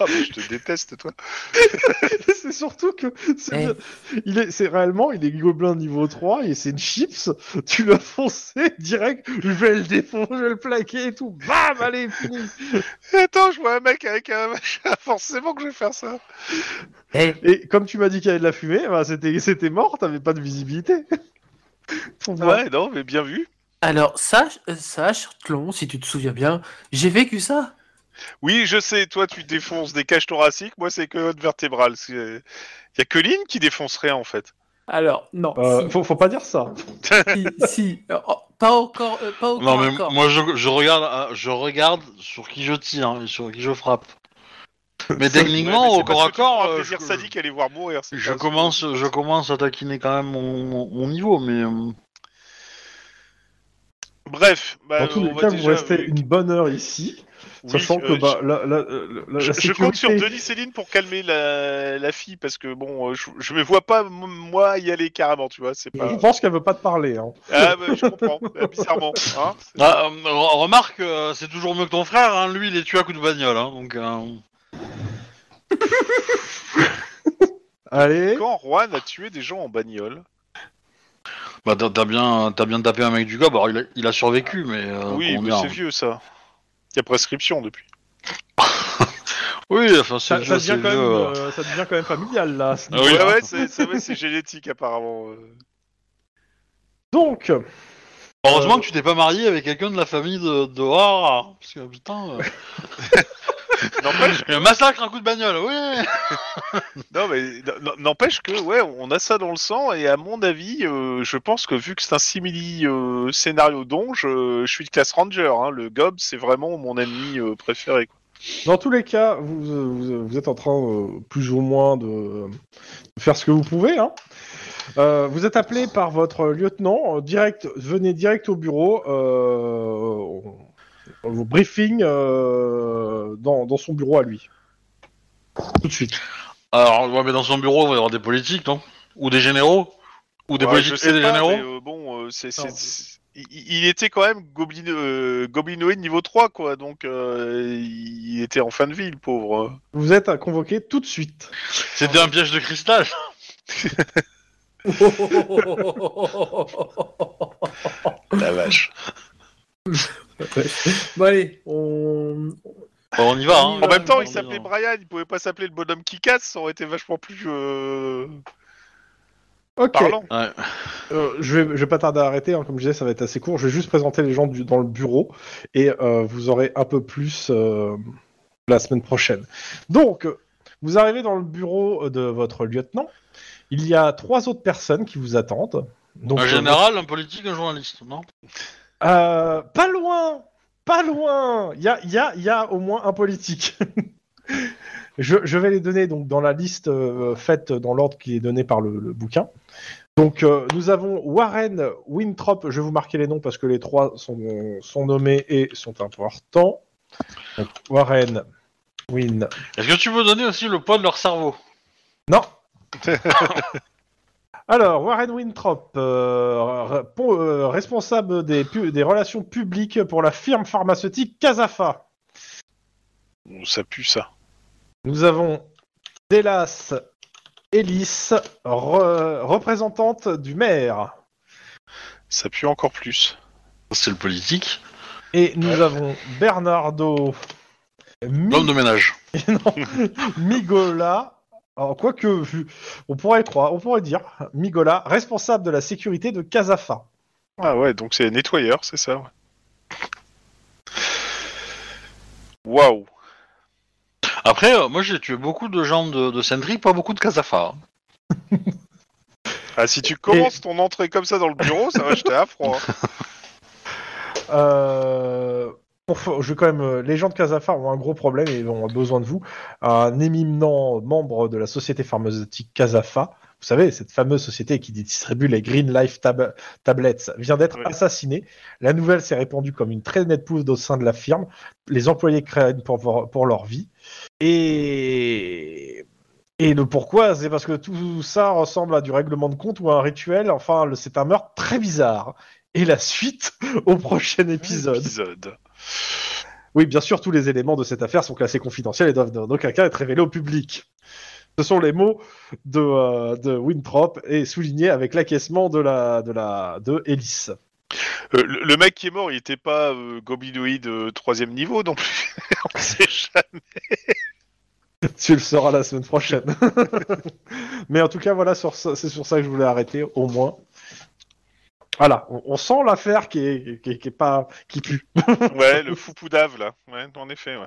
Ah, mais je te déteste, toi. c'est surtout que c'est, Eh. il est, c'est réellement, il est gobelin niveau 3 et c'est une chips. Tu l'as foncé direct. Je vais le défoncer, je vais le plaquer et tout. Bam, allez, fini. Attends, je vois un mec avec un machin. Forcément que je vais faire ça. Eh, Et comme tu m'as dit qu'il y avait de la fumée, bah, c'était, c'était mort. T'avais pas de visibilité. Pour voir. Ah Ouais, non, mais bien vu. Alors, sache, euh, sache, Tlon, si tu te souviens bien, j'ai vécu ça. Oui, je sais, toi, tu défonces des cages thoraciques. Moi, c'est que haute vertébrale. C'est- Y a que Lynn qui défonce rien, en fait. Alors, non. Euh, faut, faut pas dire ça. si, si, si. Euh, oh, pas encore, euh, pas Non, encore. mais encore. moi, je, je regarde, euh, je regarde sur qui je tire hein, et sur qui je frappe. Mais Ouais, techniquement, mais c'est au corps parce à que tu prends corps, un euh, plaisir je, sadique à les voir mourir. c'est je ça. commence, je commence à taquiner quand même mon, mon- mon niveau, mais... euh, Bref, bah, Dans tous on les va cas, déjà- vous restez euh, une bonne heure ici, oui, sachant que euh, bah, la, la- la- la je, je sécurité... compte sur Denis Céline pour calmer la, la fille parce que bon, euh, je, je me vois pas m- moi y aller carrément, tu vois. C'est Je pas. pense qu'elle veut pas te parler. hein. Ah, bah, je comprends, bah, bizarrement. Hein Ah, euh, re- remarque, euh, c'est toujours mieux que ton frère, hein, lui il est tué à coups de bagnole, hein, donc... euh, Allez, Quand Juan a tué des gens en bagnole. Bah t'as t'as bien, t'as bien tapé un mec du gob, alors il a, il a survécu, mais... euh, Oui, comment mais dire. c'est vieux ça. Il y a prescription depuis. Oui, enfin c'est ça, ça vieux, devient c'est quand même, vieux, euh. euh, ça devient quand même familial là. à ce Ah oui. niveau-là. ouais, ouais, c'est c'est- ouais, c'est génétique apparemment. euh. Donc, Heureusement euh, que tu t'es pas marié avec quelqu'un de la famille de, de O'Hara, parce que putain... euh, N'empêche, le massacre à coups de bagnole, oui non, mais n- n'empêche que ouais, on a ça dans le sang et à mon avis, euh, je pense que vu que c'est un simili euh, scénario donge, euh, je suis de classe ranger. hein. Le gob, c'est vraiment mon ennemi euh, préféré. quoi. dans tous les cas, vous, euh, vous, euh, vous êtes en train euh, plus ou moins de, euh, de faire ce que vous pouvez. hein. Euh, vous êtes appelé par votre lieutenant. euh, direct, venez direct au bureau. euh, on- vos briefings euh, dans, dans son bureau à lui. Tout de suite. Alors, ouais, mais dans son bureau, il va y avoir des politiques, non Ou des généraux Ou des Ouais, je politiques sais et des pas, généraux mais, euh, bon, euh, c'est- c'est- Non. c'est- il- il était quand même goblin, euh, goblinoïde niveau 3 quoi, donc euh, il était en fin de vie le pauvre. Vous êtes euh, convoqué tout de suite. C'était un piège de cristal La vache. bon allez, on... Bon, on y va. hein. On y En va. même temps, il non, s'appelait non. Brian, il pouvait pas s'appeler le bonhomme qui casse, ça aurait été vachement plus euh, Ok. parlant. Ouais. Euh, je, vais, je vais pas tarder à arrêter, hein, comme je disais, ça va être assez court. Je vais juste présenter les gens du- dans le bureau et euh, vous aurez un peu plus euh, la semaine prochaine. Donc, euh, vous arrivez dans le bureau euh, de votre lieutenant. Il y a trois autres personnes qui vous attendent. Donc, Un euh, général, un politique, un journaliste, non euh, pas loin, pas loin. Il y a, il y, a, il y a au moins un politique. je, je vais les donner donc dans la liste euh, faite dans l'ordre qui est donné par le, le bouquin. Donc euh, nous avons Warren Winthrop. Je vais vous marquer les noms parce que les trois sont, euh, sont nommés et sont importants. Donc, Warren Win. Est-ce que tu peux donner aussi le poids de leur cerveau Non. Alors, Warren Winthrop, euh, re- pon- euh, responsable des, pu- des relations publiques pour la firme pharmaceutique Casafa. Ça pue ça. Nous avons Delas Ellis, re- représentante du maire. Ça pue encore plus. C'est le politique. Et nous avons Bernardo Mi- L'homme de ménage. Migola. Alors, quoique, vu- on pourrait croire, on pourrait dire Migola, responsable de la sécurité de Casafa. Ah ouais, donc c'est nettoyeur, c'est ça. ouais. Waouh. Après, euh, moi j'ai tué beaucoup de gens de, de Sentry, pas beaucoup de Casafa. hein. Ah si tu commences ton entrée comme ça dans le bureau, ça va jeter à froid. Euh, pour fa- je vais quand même. euh, Les gens de Casafar ont un gros problème et ont besoin de vous. Un éminent membre de la société pharmaceutique Casafa, vous savez, cette fameuse société qui distribue les Green Life Tab- Tablets, vient d'être Oui. assassiné. La nouvelle s'est répandue comme une très nette pousse au sein de la firme. Les employés craignent pour, vo- pour leur vie. Et. Et le pourquoi, c'est parce que tout ça ressemble à du règlement de compte ou à un rituel. Enfin, le- c'est un meurtre très bizarre. Et la suite au prochain épisode. Épisode. Oui, bien sûr, tous les éléments de cette affaire sont classés confidentiels et doivent dans aucun cas être révélés au public. Ce sont les mots de, euh, de Winthrop et soulignés avec l'acquiescement de la de la de Ellis. Euh, le, le mec qui est mort, il était pas euh, gobinoïde euh, troisième niveau non plus. On sait jamais. Tu le sauras la semaine prochaine. Mais en tout cas, voilà, sur ça- c'est sur ça que je voulais arrêter, au moins. Voilà, on, on sent l'affaire qui est, qui, est- qui est pas qui pue. Ouais, le foupoudave là. Ouais, en effet. Ouais.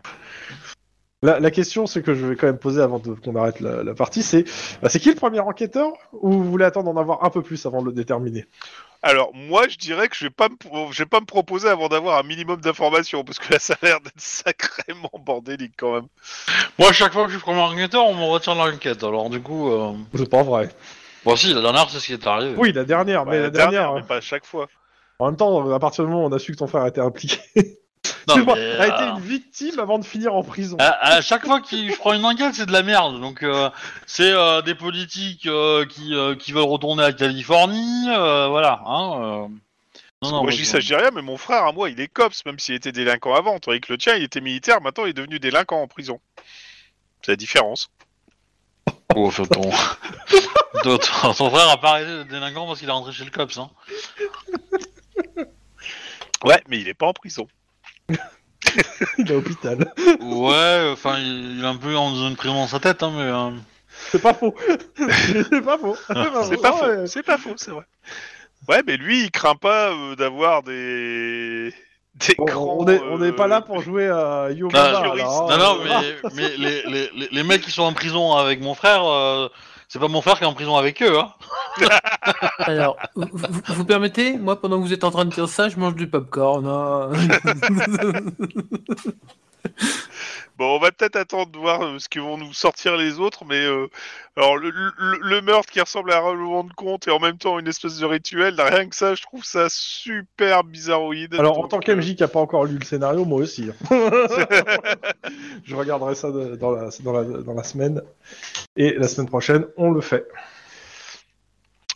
La, la question, c'est que je vais quand même poser avant de- qu'on arrête la, la partie, c'est bah, c'est qui le premier enquêteur ou vous voulez attendre d'en avoir un peu plus avant de le déterminer Alors moi, je dirais que je vais pas me, pro- je vais pas me proposer avant d'avoir un minimum d'informations parce que là, ça a l'air d'être sacrément bordélique quand même. Moi, à chaque fois que je prends mon enquêteur, on me retire l'enquête. Alors du coup, euh... C'est pas vrai. bon, si, la dernière, c'est ce qui est arrivé. Oui, la dernière, Ouais, Ah, mais la, dernière. hein. mais pas à chaque fois. En même temps, à partir du moment où on a su que ton frère était impliqué, Non, tu vois, mais, a été euh, une victime avant de finir en prison. Ah. À, à chaque fois qu'il je prends une enquête, c'est de la merde. Donc euh, c'est euh, des politiques euh, qui, euh, qui veulent retourner à Californie, euh, voilà. Hein, euh. Non, non, moi, bah, je dis ça, je dis rien, mais mon frère à moi, il est cops, même s'il était délinquant avant. Tandis que le tien, il était militaire, maintenant, il est devenu délinquant en prison. C'est la différence. Oh, enfin, ton... ton- ton- ton frère a pas arrêté d'être délinquant parce qu'il est rentré chez le cops. Hein. Ouais, mais il est pas en prison. Il est à l'hôpital. Ouais, enfin, il, il est un peu en zone prison dans sa tête, hein, mais. euh, C'est pas faux. c'est pas faux. C'est pas C'est faux. pas Ah faux, ouais. c'est pas faux, c'est vrai. Ouais, mais lui, il craint pas euh, d'avoir des. des Bon, grands, on est, on est pas euh, là pour jouer à Yo Ah, Mama, juriste. alors, Non, hein. non, mais, mais les, les, les, les mecs qui sont en prison avec mon frère, euh, c'est pas mon frère qui est en prison avec eux. Hein. Alors, vous, vous- vous permettez Moi, pendant que vous êtes en train de dire ça, je mange du popcorn. hein. Bon, on va peut-être attendre de voir euh, ce que vont nous sortir les autres, mais euh, alors le, le- le meurtre qui ressemble à un règlement de compte et en même temps une espèce de rituel, là, rien que ça, je trouve ça super bizarroïde. Alors, en Donc, tant euh, qu'MJ qui a pas encore lu le scénario, moi aussi. hein. Je regarderai ça de- dans, la, dans, la, dans la semaine. Et la semaine prochaine, on le fait.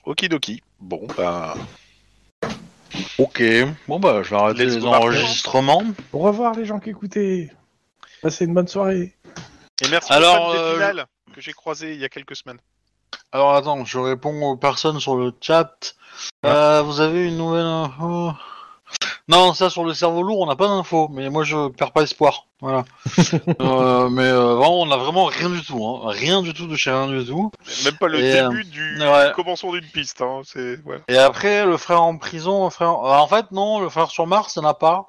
euh, Okidoki. Bon, ben. Ok, bon bah, je vais arrêter Let's les go, Marco. enregistrements. Au revoir, les gens qui écoutaient. Passez une bonne soirée. Et merci Alors, alors, euh, que j'ai croisé il y a quelques semaines. Alors attends, je réponds aux personnes sur le chat. Euh, vous avez une nouvelle info Non, ça sur le cerveau lourd, on n'a pas d'info, mais moi je perds pas espoir. Voilà. Euh, mais euh, vraiment, on n'a vraiment rien du tout. hein. Rien du tout de chez rien du tout. Même pas le Et, euh, début du ouais. commencement d'une piste. Hein. C'est voilà. Et après, le frère en prison, le frère... ah, En fait, non, le frère sur Mars, il n'y en a pas.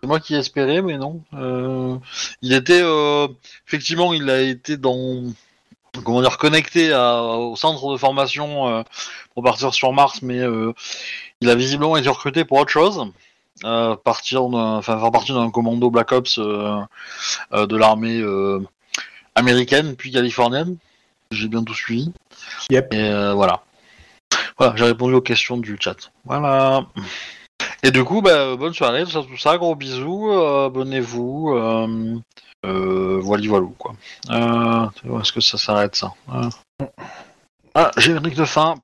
C'est moi qui espérais, mais non. Euh, il était... euh, Effectivement, il a été dans... Comment dire, connecté à- au centre de formation euh, pour partir sur Mars, mais euh, il a visiblement été recruté pour autre chose. Euh, partir d'un- enfin, faire partie d'un commando Black Ops euh, euh, de l'armée euh, américaine, puis californienne. J'ai bien tout suivi. Yep. Et euh, voilà. Voilà, j'ai répondu aux questions du chat. Voilà. Et du coup, bah, bonne soirée, tout ça, tout ça, gros bisous, euh, abonnez-vous, euh, euh, voili voilou, quoi. Euh, où est-ce que ça s'arrête, ça Euh. Ah, hein générique de fin.